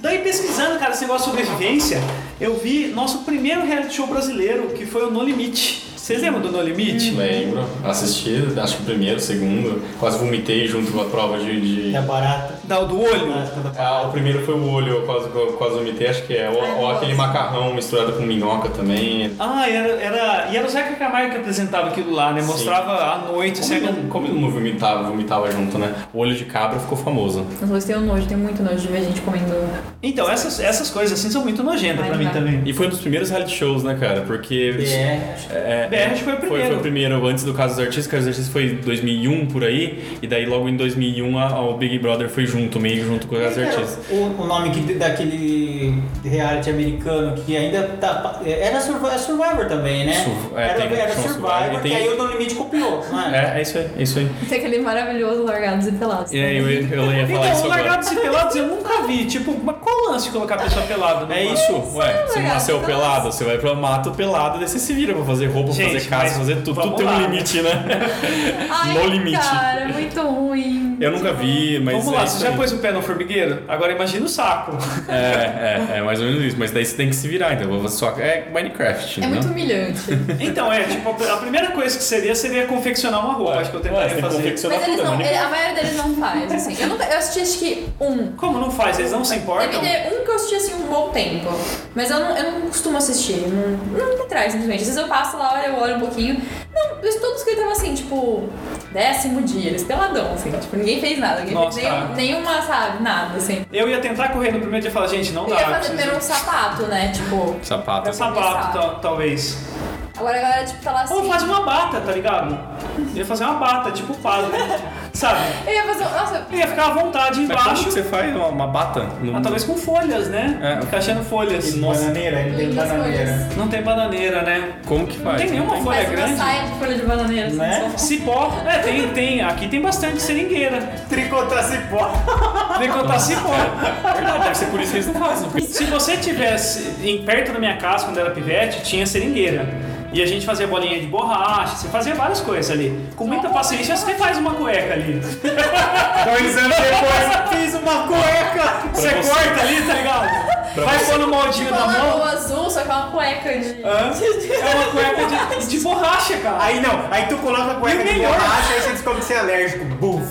Daí pesquisando, cara, esse negócio de sobrevivência, eu vi nosso primeiro reality show brasileiro, que foi o No Limite. Vocês lembram do No Hum, Limite? Lembro, assisti, acho que o primeiro, o segundo, quase vomitei junto com a prova de. de- É barata. Da, do olho? barata da Ah, o primeiro foi o olho, eu quase, eu quase vomitei, acho que é. Ou, Ai, ou nossa. aquele macarrão misturado com minhoca também. Ah, era, era. E era o Zeca Camargo que apresentava aquilo lá, né? Mostrava à noite, Como é Zeca. ele não- Como ele não vomitava, vomitava junto, né? O olho de cabra ficou famoso. Nossa, mas tenho nojo, tenho muito nojo de ver gente comendo. Então, essas, essas coisas assim são muito nojentas Ai, pra mim vai. também. E foi um dos primeiros reality shows, né, cara? Porque. É. É, BR acho que foi o Foi, primeiro. o primeiro, antes do caso dos artistas, o caso dos artistas foi 2001 por aí, e daí logo em 2001 a- o Big Brother foi junto, meio junto com o caso dos Então. artistas. O, o nome que, daquele reality americano que ainda tá. Era Survivor, Survivor também, né? Su- é, era tem- era chama Survivor, Survivor, e e tem- aí o No Limite copiou, não é? É, é isso aí, é isso aí. Tem aquele maravilhoso largados e pelados. E aí eu, eu ia falar Então, isso agora. largados e pelados eu nunca vi. Tipo, mas qual o lance de colocar a pessoa pelada? É isso, ué, você não largados, nasceu tá pelado, você vai pra mato pelado, daí você se vira pra fazer roupa, pra Gente, fazer casa, mas fazer tudo, tudo vamos tem um lá. limite, né? Ai, no limite. cara, é muito ruim. Eu nunca vi, mas. Vamos lá, é você isso já aí. pôs o pé no formigueiro? Agora imagina o saco. É, é, é mais ou menos isso, mas daí você tem que se virar, então você só. É Minecraft, É né? muito humilhante. Então, é, tipo, a primeira coisa que seria seria confeccionar uma roupa. acho que eu Ué, tentaria você tem que fazer. confeccionar Mas eles tudo, não, né? ele- a maioria deles não faz, assim. Eu, nunca, eu assisti acho que um. Como não faz? Eles não se Deve importam? ter um que eu assisti assim um bom tempo. Mas eu não, eu não costumo assistir. Não, não me traz, simplesmente. Às vezes eu passo lá, olho, eu olho um pouquinho. Não, eles todos que estavam assim, tipo, décimo dia, eles peladão, assim. Tipo, ninguém fez nada. Ninguém Nossa, fez cara. nenhum, nenhuma, sabe, nada, assim. Eu ia tentar correr no primeiro dia e falar, gente, não Eu dá. ia fazer preciso- um primeiro um sapato, né? Tipo. Sapato. Sapato, tal- talvez. Agora a galera, tipo, tá lá assim. Ou faz uma bata, tá ligado? Eu ia fazer uma bata, tipo o padre, sabe? Eu ia fazer. um- Nossa, Eu ia ficar à vontade Mas como que embaixo, você faz uma, uma bata? No... ah, talvez com folhas, né? É. Encaixando folhas. Bananeira, ele tem lindas folhas. bananeira. Não tem bananeira, né? Como que faz? Então, Não tem nenhuma folha Faz uma grande. saia de folha de bananeira, assim, Né? só- Cipó, é, tem, tem. Aqui tem bastante seringueira. Tricotar cipó. Nem contar cipó. Verdade, deve ser por isso que eles não fazem. Se você tivesse em, perto da minha casa, quando era pivete, tinha seringueira. E a gente fazia bolinha de borracha, você fazia várias coisas ali. Com muita paciência, você faz uma cueca ali. Dois é, anos né? depois, fiz uma cueca. Você você. corta ali, tá ligado? Vai pôr no moldinho da Fala mão. o azul, só que é uma cueca de. Hã? É uma cueca de, de borracha, cara. Aí não, aí tu coloca a cueca E o de melhor? borracha, aí você descobre que você é alérgico. Buf.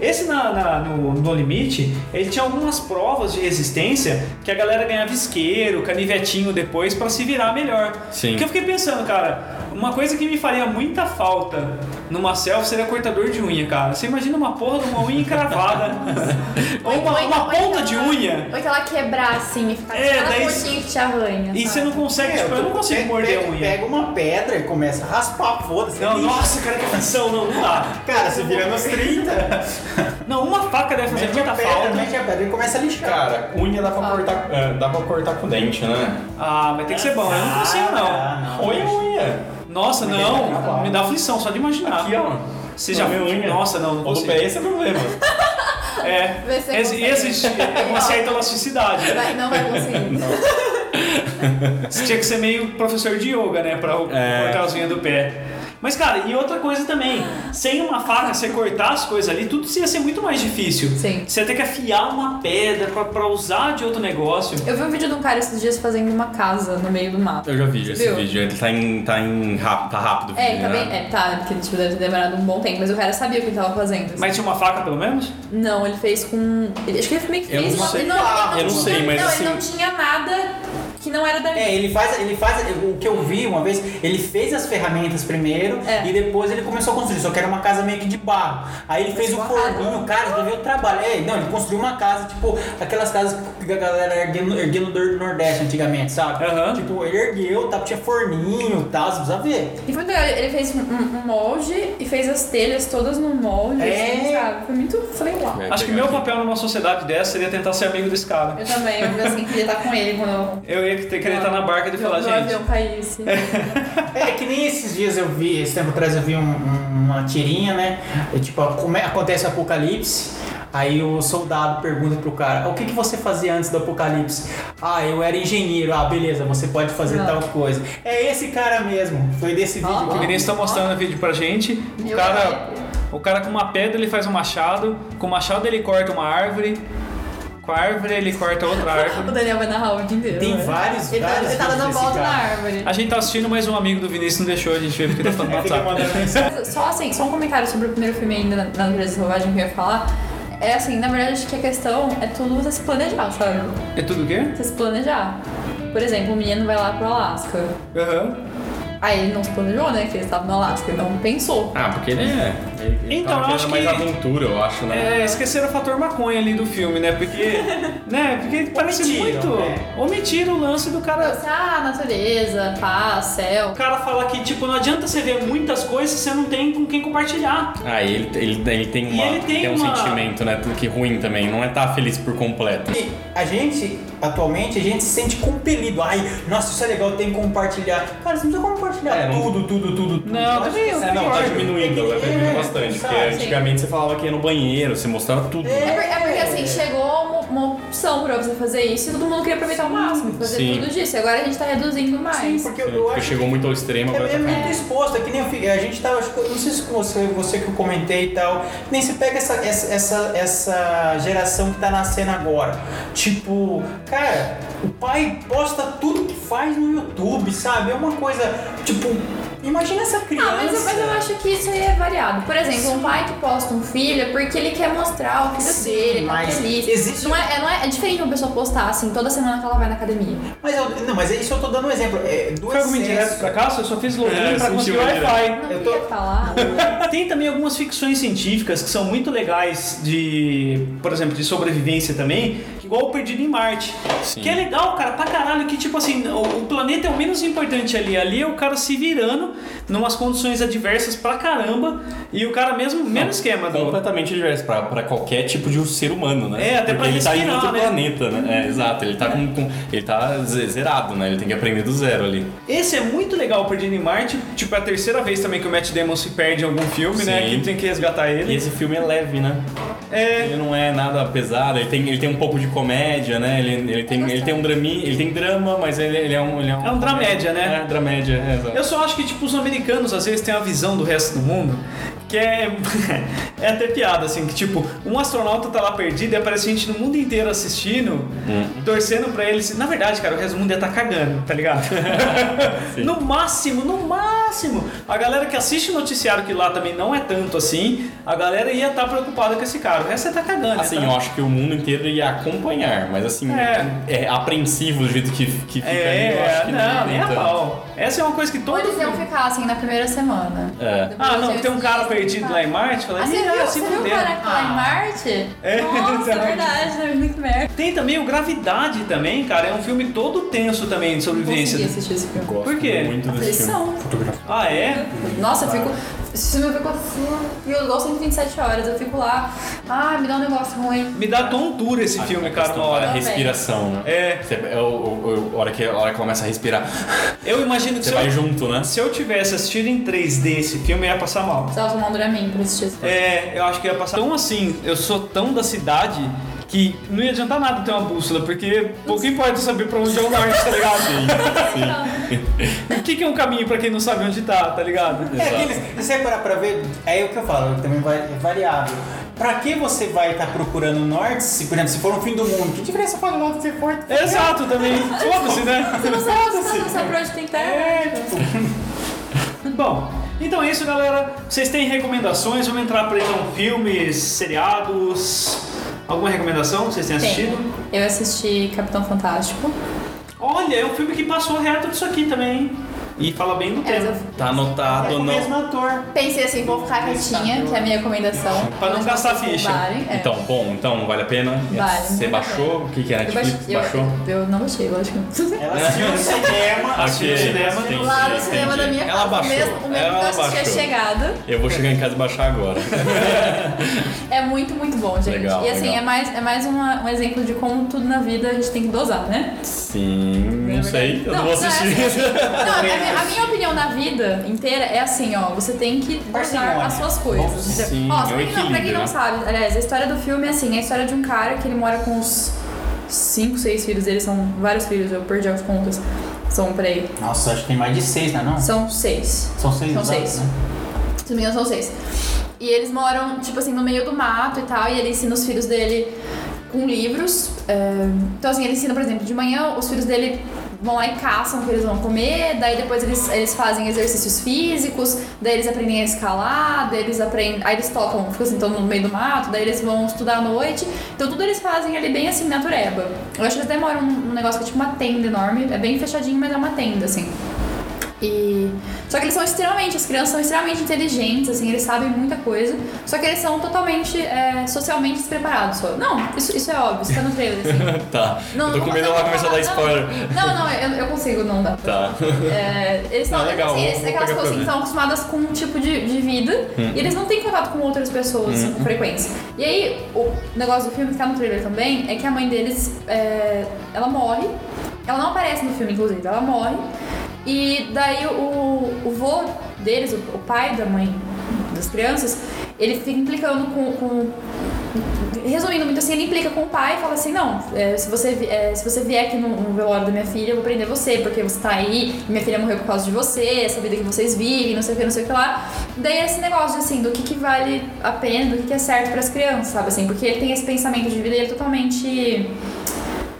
Esse na, na- no, no Limite, ele tinha algumas provas de resistência que a galera ganhava isqueiro, canivetinho depois pra se virar melhor. Sim. Porque eu fiquei pensando, cara, uma coisa que me faria muita falta numa selfie seria cortador de unha, cara. Você imagina uma porra de uma unha encravada. ou uma, Ou então- uma ou então ponta de ela- unha. Ou então ela quebrar assim e ficar É, cada daí- pontinha que te arranha. E você sabe? não É, consegue, tipo, eu não consigo Pega- morder a pega- unha. Pega uma pedra e começa a raspar, foda-se. Não, Ixi, nossa, cara, que aflição, não, não dá. Cara, se vira nos 30. Não, uma faca deve fazer Mete a muita pedra, né? falta. mete a pedra e começa a lixar. Cara, unha dá pra, Fala. cortar, é, dá pra cortar com dente, né? Ah, mas tem que ser bom, eu não consigo Ah, não. um- não. Oi, unha. Nossa, não, me dá aflição só de imaginar. Aqui, ó. Você já Não, viu? minha unha. Nossa, não, não O do consigo. pé, esse é problema. É. Vê se você Ex consegue. existe uma certa elasticidade. Vai- não vai conseguir. Você tinha que ser meio professor de yoga, né? Pra É. cortar as unhas do pé. Mas, cara, e outra coisa também. Sem uma faca, você cortar as coisas ali, tudo isso ia ser muito mais difícil. Sim. Você ia ter que afiar uma pedra pra, pra usar de outro negócio. Eu vi um vídeo de um cara esses dias fazendo uma casa no meio do mato. Eu já vi esse Viu? vídeo, ele tá em, tá em rápido, tá rápido o É, vídeo, tá né? bem. É, tá, porque tipo, deve ter demorado um bom tempo, mas o cara sabia o que ele tava fazendo. assim. Mas tinha uma faca, pelo menos? Não, ele fez com. ele- acho que ele meio que Eu fez não uma. sei. ele não, ele Eu tinha, não sei, mas não, assim- ele não tinha nada que não era da É, ele faz, ele faz o que eu vi uma vez, ele fez as ferramentas primeiro É. e depois ele começou a construir, só que era uma casa meio que de barro. Aí ele fez o Barro. forninho, cara, ele veio trabalhar. É, não, ele construiu uma casa, tipo, aquelas casas que a galera erguia no, erguia no Nor- Nordeste antigamente, sabe? Aham. Tipo, ele ergueu, tá, tinha forninho e tal, você precisa ver. um E foi legal, ele fez um, um molde e fez as telhas todas no molde. É, assim, sabe? Foi muito. Falei, uau. É, Acho que pegar meu aqui. papel numa sociedade dessa seria tentar ser amigo desse cara. Eu também, eu assim, queria estar com ele quando eu. Eu ia ter- querer estar na barca e meu- falar, meu gente. avião caísse. É que nem esses dias eu vi, esse tempo atrás eu vi um- um- uma tirinha, né? É, tipo, como é- acontece o apocalipse, aí o soldado pergunta pro cara, o que, que você fazia antes do apocalipse? Ah, eu era engenheiro, ah, beleza, você pode fazer Não. tal coisa. É esse cara mesmo, foi desse vídeo. Ó, O que- Vinícius está mostrando o vídeo pra gente. O Eu cara, quero. o cara com uma pedra ele faz um machado, com o machado ele corta uma árvore, com a árvore ele corta outra O árvore. Daniel vai narrar o dia inteiro. Tem né? vários, Ele tá, vários ele tá dando a vídeos volta desse na cara. árvore. A gente tá assistindo, mas um amigo do Vinícius não deixou a gente ver porque tá falando no Aí fica WhatsApp. mandando mensagem. Só assim, só um comentário sobre o primeiro filme ainda na- na Natureza Selvagem que eu ia falar. É assim, na verdade acho que a questão é tudo você se planejar, sabe? É tudo o quê? Você se planejar. Por exemplo, o menino vai lá pro Alasca. Aham. Aí ele não se planejou, né? Que ele estava no Alasca, ele não pensou. Ah, porque ele é. ele- ele Então, tava eu acho querendo que- mais aventura, eu acho, né? É, esqueceram o fator maconha ali do filme, né? Porque. né? Porque parece Omitiram, muito. né? Omitiram o lance do cara. Você, ah, natureza, paz, céu. O cara fala que, tipo, não adianta você ver muitas coisas se você não tem com quem compartilhar. Ah, e ele, ele, ele tem, uma, ele tem um uma- sentimento, né? Que ruim também. Não é estar feliz por completo. E a gente, atualmente, a gente se sente compelido. Ai, nossa, isso é legal, tem que compartilhar. Cara, você não precisa compartilhar É, não- tudo, tudo, tudo, tudo. Não, Eu acho também que eu essa- Não, tá diminuindo, tá É, diminuindo bastante. Porque sabe? antigamente você falava que ia no banheiro, você mostrava tudo. É, por- é porque assim, chegou uma, uma opção pra você fazer isso e todo mundo queria aproveitar o máximo, fazer Sim. tudo disso. E agora a gente tá reduzindo mais. Sim, porque eu, eu Porque acho chegou muito ao extremo, agora É tá muito exposto, é que nem eu fi- a gente tava, acho que- eu não sei se com você, você que eu comentei e tal, nem se pega essa, essa, essa, essa geração que tá nascendo agora. Tipo, cara, o pai posta tudo que faz no YouTube, sabe? É uma coisa, tipo, imagina essa criança. Ah, mas, eu- mas eu acho que isso aí é variado. Por exemplo, um pai que posta um filho é porque ele quer mostrar o filho Sim, dele, tá mas feliz. existe- Não é, é- não é, é diferente uma pessoa postar assim toda semana que ela vai na academia. Mas eu- não, mas isso eu tô dando um exemplo. É, do Foi alguma indireta excesso. pra cá? Eu só fiz login É, pra sentiu conseguir uma Wi-Fi. Não Eu eu tô- ia falar. Tem também algumas ficções científicas que são muito legais de, por exemplo, de sobrevivência também, igual o Perdido em Marte. Sim. Que é legal, cara, pra caralho, que tipo assim, o, o planeta é o menos importante ali. Ali é o cara se virando numas condições adversas pra caramba e o cara mesmo, é, mesmo esquema do. completamente diverso pra, pra qualquer tipo de ser humano, né? É, até Porque pra ele tá em respirar, outro né? planeta, né? É, exato, ele tá com, com- ele tá ze- zerado, né? Ele tem que aprender do zero ali. Esse é muito legal, o Perdido em Marte. Tipo, é a terceira vez também que o Matt Damon se perde em algum filme, né? Sim. Que tem que resgatar E ele. esse filme é leve, né? É, Ele não é nada pesado, ele tem, ele tem um pouco de comédia, né? Ele, ele, tem, ele tem um drami, ele tem drama, mas ele, ele é um ele é um, É um dramédia, né? É, dramédia, é, exato. Eu só acho que, tipo, os americanos às vezes têm a visão do resto do mundo que é, é até piada, assim, que tipo, um astronauta tá lá perdido e aparece gente no mundo inteiro assistindo, Hum. torcendo pra ele. assim. Na verdade, cara, o resto do mundo ia tá cagando, tá ligado? no máximo, no máximo. A galera que assiste o noticiário, que lá também não é tanto assim, a galera ia estar tá preocupada com esse cara. O resto ia tá cagando. Assim, ia tá... eu acho que o mundo inteiro ia acompanhar, mas assim, É. é, apreensivo do jeito que, que fica ali, eu É, acho que não, nem a tanto. pau. Essa é uma coisa que todo Ou eles iam ficar assim na primeira semana. É. Depois Ah, não, eles tem um iam cara se perdido juntar. lá em Marte, fala, Ah, você "Ih, se viu, você viu o fuderam." cara que tá lá em Marte? É, Nossa, é exatamente. verdade, né? muito merda. Tem também o Gravidade também, cara. É um filme todo tenso também de Consegui sobrevivência. assistir esse filme. Gosto Por quê? muito desse filme. Aflição. Ah, é? Nossa, eu fico. Esse filme ficou assim. E eu dou 127 horas, eu fico lá. Ah, me dá um negócio ruim. Me dá tontura esse A- filme, a cara, questão uma da hora. respiração, né? É. Você- é o- o- o- a hora que a hora que começa a respirar, Eu imagino que você se vai eu, junto, né? se eu tivesse assistido em 3D esse filme, eu ia passar mal. Precisava tomar um Dramin pra assistir esse filme. É, eu acho que ia passar. Então, assim, eu sou tão da cidade que não ia adiantar nada ter uma bússola, porque pouco importa saber pra onde é o norte, tá ligado? O que, que é um caminho pra quem não sabe onde tá, tá ligado? É Exato. aqueles. Se você parar pra ver, é o que eu falo, também vai, é variável. Pra que você vai estar procurando o norte? Se, por exemplo, se for no fim do mundo, que diferença faz o lado que você for? Exato, também. Foda-se, né? Você não sabe, você não sabe pra onde tem que É, estar. tipo. Bom, então é isso, galera. Vocês têm recomendações? Vamos entrar para então filmes, seriados. Alguma recomendação que vocês têm assistido? Eu assisti Capitão Fantástico. Olha, é um filme que passou reto disso aqui também, hein? E fala bem do É, tema. mas eu Tá É anotado, o não. mesmo ator. Pensei assim, vou ficar quietinha, que é a minha recomendação. Pra não gastar ficha. Roubarem, é. Então, bom, então vale a pena. Vale, Você muito baixou? O que, que Eu é Netflix? baixei- eu- Baixou? Eu não baixei, lógico. Ela assistiu no cinema, Aqui, assistiu no cinema. entendi, Lá no cinema da entendi. minha Ela casa, o baixou. mesmo, o mesmo Ela que eu assisti a baixou. Chegada. Eu vou chegar em casa e baixar agora. É muito, muito bom, gente. Legal, e assim, legal. é mais, é mais uma- um exemplo de como tudo na vida a gente tem que dosar, né? Sim, não sei, eu não, vou é assistir. assim, não, a, minha, a minha opinião na vida inteira é assim, ó, você tem que dosar Parcimônia. as suas coisas. Sim, ó, é pra, o quem não, pra quem equilíbrio, não né? sabe, aliás, a história do filme é assim, é a história de um cara que ele mora com os cinco, seis filhos dele, são vários filhos, eu perdi as contas. São, peraí, Nossa, acho que tem mais de seis, né? Ah. Não? são seis. São seis. São exato, seis. né? Se não me engano, são seis. E eles moram, tipo assim, no meio do mato e tal, e ele ensina os filhos dele com livros. É, Então, assim, ele ensina, por exemplo, de manhã os filhos dele vão lá e caçam o que eles vão comer, daí depois eles, eles fazem exercícios físicos, daí eles aprendem a escalar, daí eles aprendem. Aí eles tocam, ficam assim, todo mundo no meio do mato, daí eles vão estudar à noite. Então, tudo eles fazem ali bem assim, natureba. Eu acho que eles até moram num num negócio que é tipo uma tenda enorme, é bem fechadinho, mas é uma tenda, assim. E... Só que eles são extremamente, as crianças são extremamente inteligentes, assim, eles sabem muita coisa, só que eles são totalmente é, socialmente despreparados. Só. Não, isso, isso é óbvio, isso tá no trailer, assim. tá, Não, eu tô não com medo vou- ela começar a dar não, spoiler. Não, não, eu, eu consigo não dar. Tá. É, eles são, Ah, legal, assim, vou- eles- vou aquelas pegar pra pessoas que ver. Hum. são acostumadas com um tipo de, de vida e eles não têm contato com outras pessoas com frequência. E aí, o negócio do filme que tá no trailer também é que a mãe deles, é, ela morre. Ela não aparece no filme, inclusive, ela morre. E daí o, o vô deles, o, o pai da mãe das crianças, ele fica implicando com- com resumindo muito assim, ele implica com o pai e fala assim: não, é, se, você, vi- é, se você vier aqui no, no velório da minha filha, eu vou prender você, porque você tá aí, minha filha morreu por causa de você, essa vida que vocês vivem, não sei o que, não sei o que lá. Daí esse negócio assim, do que, que vale a pena, do que, que é certo pras crianças, sabe assim? Porque ele tem esse pensamento de vida, ele é totalmente.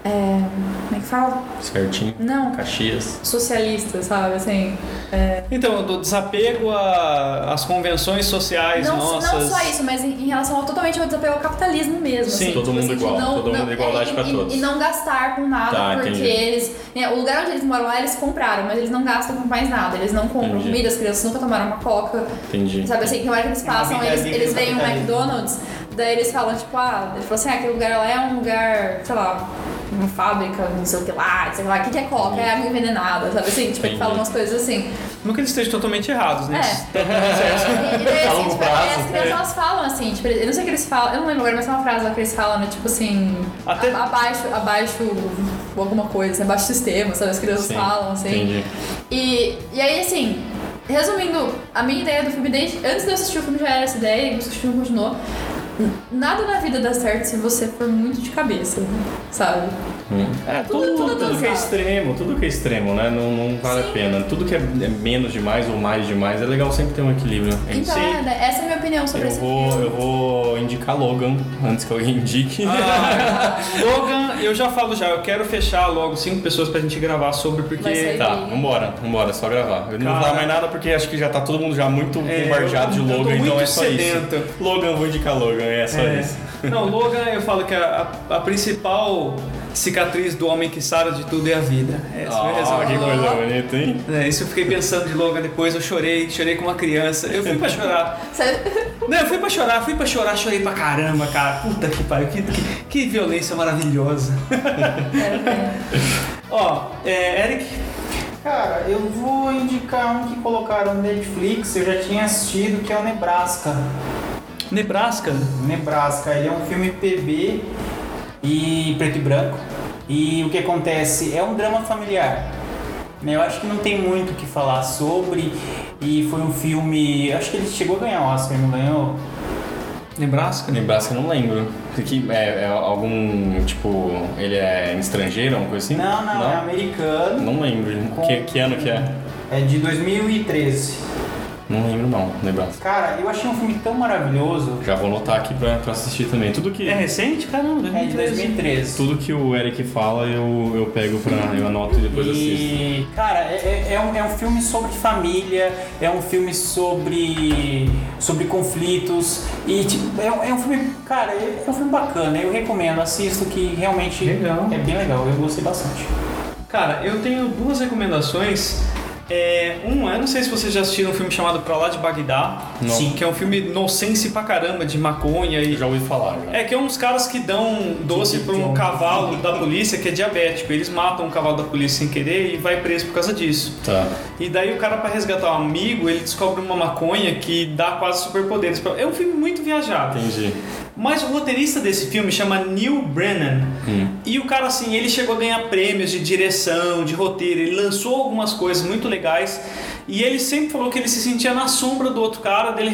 é, como é que fala? Certinho. Não, Caxias. socialista, sabe assim? É, Então, do desapego a- às convenções sociais não, nossas. não só isso, mas em, em relação ao totalmente ao desapego ao capitalismo mesmo. Sim, assim, todo mundo assim, de igual, todo mundo igualdade é, e- pra e- todos. E não gastar com nada, Tá, porque entendi. eles. né, o lugar onde eles moram lá, eles compraram, mas eles não gastam com mais nada. Eles não compram Entendi. comida, as crianças nunca tomaram uma coca. Entendi. Sabe assim, que na hora que eles É uma passam, vida eles, livre eles do veem um capitalismo. McDonald's, daí eles falam, tipo, ah, ele falou assim, ah, aquele lugar lá é um lugar, sei lá, uma fábrica, não sei o que lá, sei lá, o que, que é coca? É água envenenada, sabe assim? Tipo, ele Entendi. fala umas coisas assim. Não que eles estejam totalmente errados, né? É. E daí, A assim, longo tipo, prazo, É. as crianças elas falam assim, tipo, eu não sei o que eles falam, eu não lembro agora, mas é uma frase lá que eles falam, né, tipo assim, Até- a- abaixo, abaixo alguma coisa, assim, abaixo do sistema, sabe? As crianças Sim, falam, assim. Entendi. E, e aí, assim, resumindo, a minha ideia do filme, desde, antes de eu assistir o filme já era essa ideia, e o filme continuou. Nada na vida dá certo se você for muito de cabeça, sabe? É, Tudo- tudo, tudo tudo, que é dançado. extremo, tudo que é extremo, né? Não, não vale Sim. a pena. Tudo que é, é menos demais ou mais demais, é legal sempre ter um equilíbrio. É isso. Então, é, né, essa é a minha opinião sobre Eu esse vou, filme. eu vou indicar Logan antes que alguém indique. Ah, Logan, eu já falo já, eu quero fechar logo cinco pessoas pra gente gravar sobre, Vai porque. sair. Tá, vambora, vambora, só gravar. Eu não Cara. vou falar mais nada porque acho que já tá todo mundo já muito É, bombardeado de eu- eu tô Logan, então muito é só sedento. isso. Logan, vou indicar Logan, é só É. isso. Não, Logan, eu falo que a, a- a principal cicatriz do homem que sara de tudo é a vida. Essa foi a Ah, resumo de que Logan. coisa bonita, hein? É, isso eu fiquei pensando de Logan depois, eu chorei, chorei com uma criança. Eu fui pra chorar. Sabe? Não, eu fui pra chorar, fui pra chorar, chorei pra caramba, cara. Puta que pariu, que, que, que violência maravilhosa. Ó, é, Eric, Cara, eu vou indicar um que colocaram no Netflix, eu já tinha assistido, que é o Nebraska. Nebraska. Nebraska, ele é um filme PB e preto e branco. E o que acontece é um drama familiar. né? Eu acho que não tem muito o que falar sobre. E foi um filme. Acho que ele chegou a ganhar o Oscar, não ganhou? Nebraska? Nebraska eu não lembro. Que é, é algum, tipo, ele é estrangeiro, alguma coisa assim? Não, não, é Não, americano. Não lembro. Com- Que, que ano que é? É de 2013. Não lembro não, Nebraska. Cara, eu achei um filme tão maravilhoso. Já vou anotar aqui pra, pra assistir também. Tudo que, É recente? Caramba, É de 2013. 2013. tudo que o Eric fala, eu, eu pego pra. Eu anoto e depois assisto. E, cara, é, é- é um, é um filme sobre família, é um filme sobre, sobre conflitos. E, tipo, é, um- é um filme, cara, é, é um filme bacana. Eu recomendo, assisto, que realmente Legal. é bem legal. Eu gostei bastante. Cara, eu tenho duas recomendações. É, um, eu não sei se vocês já assistiram um filme chamado Pra Lá de Bagdá. Não. Sim. Que é um filme nonsense pra caramba, de maconha e Eu já ouvi falar. já. É que é uns caras que dão doce pra um cavalo da polícia que é diabético. Eles matam um cavalo da polícia sem querer e vai preso por causa disso. Tá. E daí o cara, pra resgatar um amigo, ele descobre uma maconha que dá quase superpoderes. pra- É um filme muito viajado. Entendi. Mas o roteirista desse filme chama Neil Brennan. E o cara, assim, ele chegou a ganhar prêmios de direção, de roteiro, ele lançou algumas coisas muito legais. E ele sempre falou que ele se sentia na sombra do outro cara, dele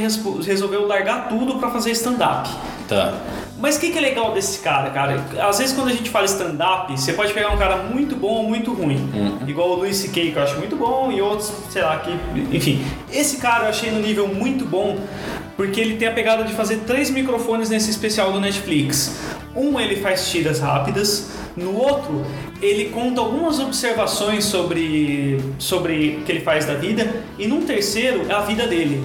resolveu largar tudo pra fazer stand-up. Tá. Mas o que, que é legal desse cara, cara? Às vezes quando a gente fala stand-up, você pode pegar um cara muito bom ou muito ruim. Igual o Luis C.K., que eu acho muito bom, e outros, sei lá, que. Enfim. Esse cara eu achei no nível muito bom, porque ele tem a pegada de fazer três microfones nesse especial do Netflix. Um ele faz tiras rápidas, no outro ele conta algumas observações sobre sobre o que ele faz da vida, e num terceiro é a vida dele.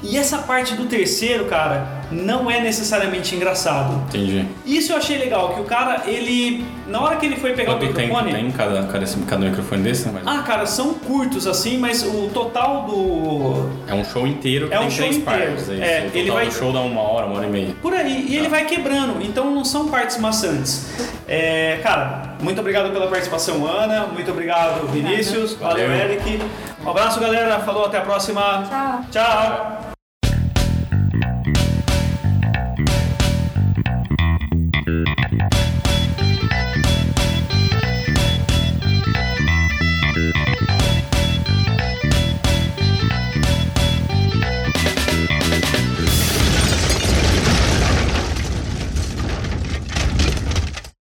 E essa parte do terceiro, cara, não é necessariamente engraçado. Entendi. Isso eu achei legal, que o cara, ele. Na hora que ele foi pegar o Quanto tempo microfone. tem cada, cada, cada microfone desse? né? Mas Ah, cara, são curtos assim, mas o total do. É um show inteiro que É um tem show três inteiro. partes. isso. É, o total ele vai- do show dá uma hora, uma hora e meia. Por aí, e Tá. ele vai quebrando, então não são partes maçantes. É, cara, muito obrigado pela participação, Ana. Muito obrigado, Vinícius. Valeu, Valeu. Eric. Um abraço, galera. Falou, até a próxima. Tchau. Tchau.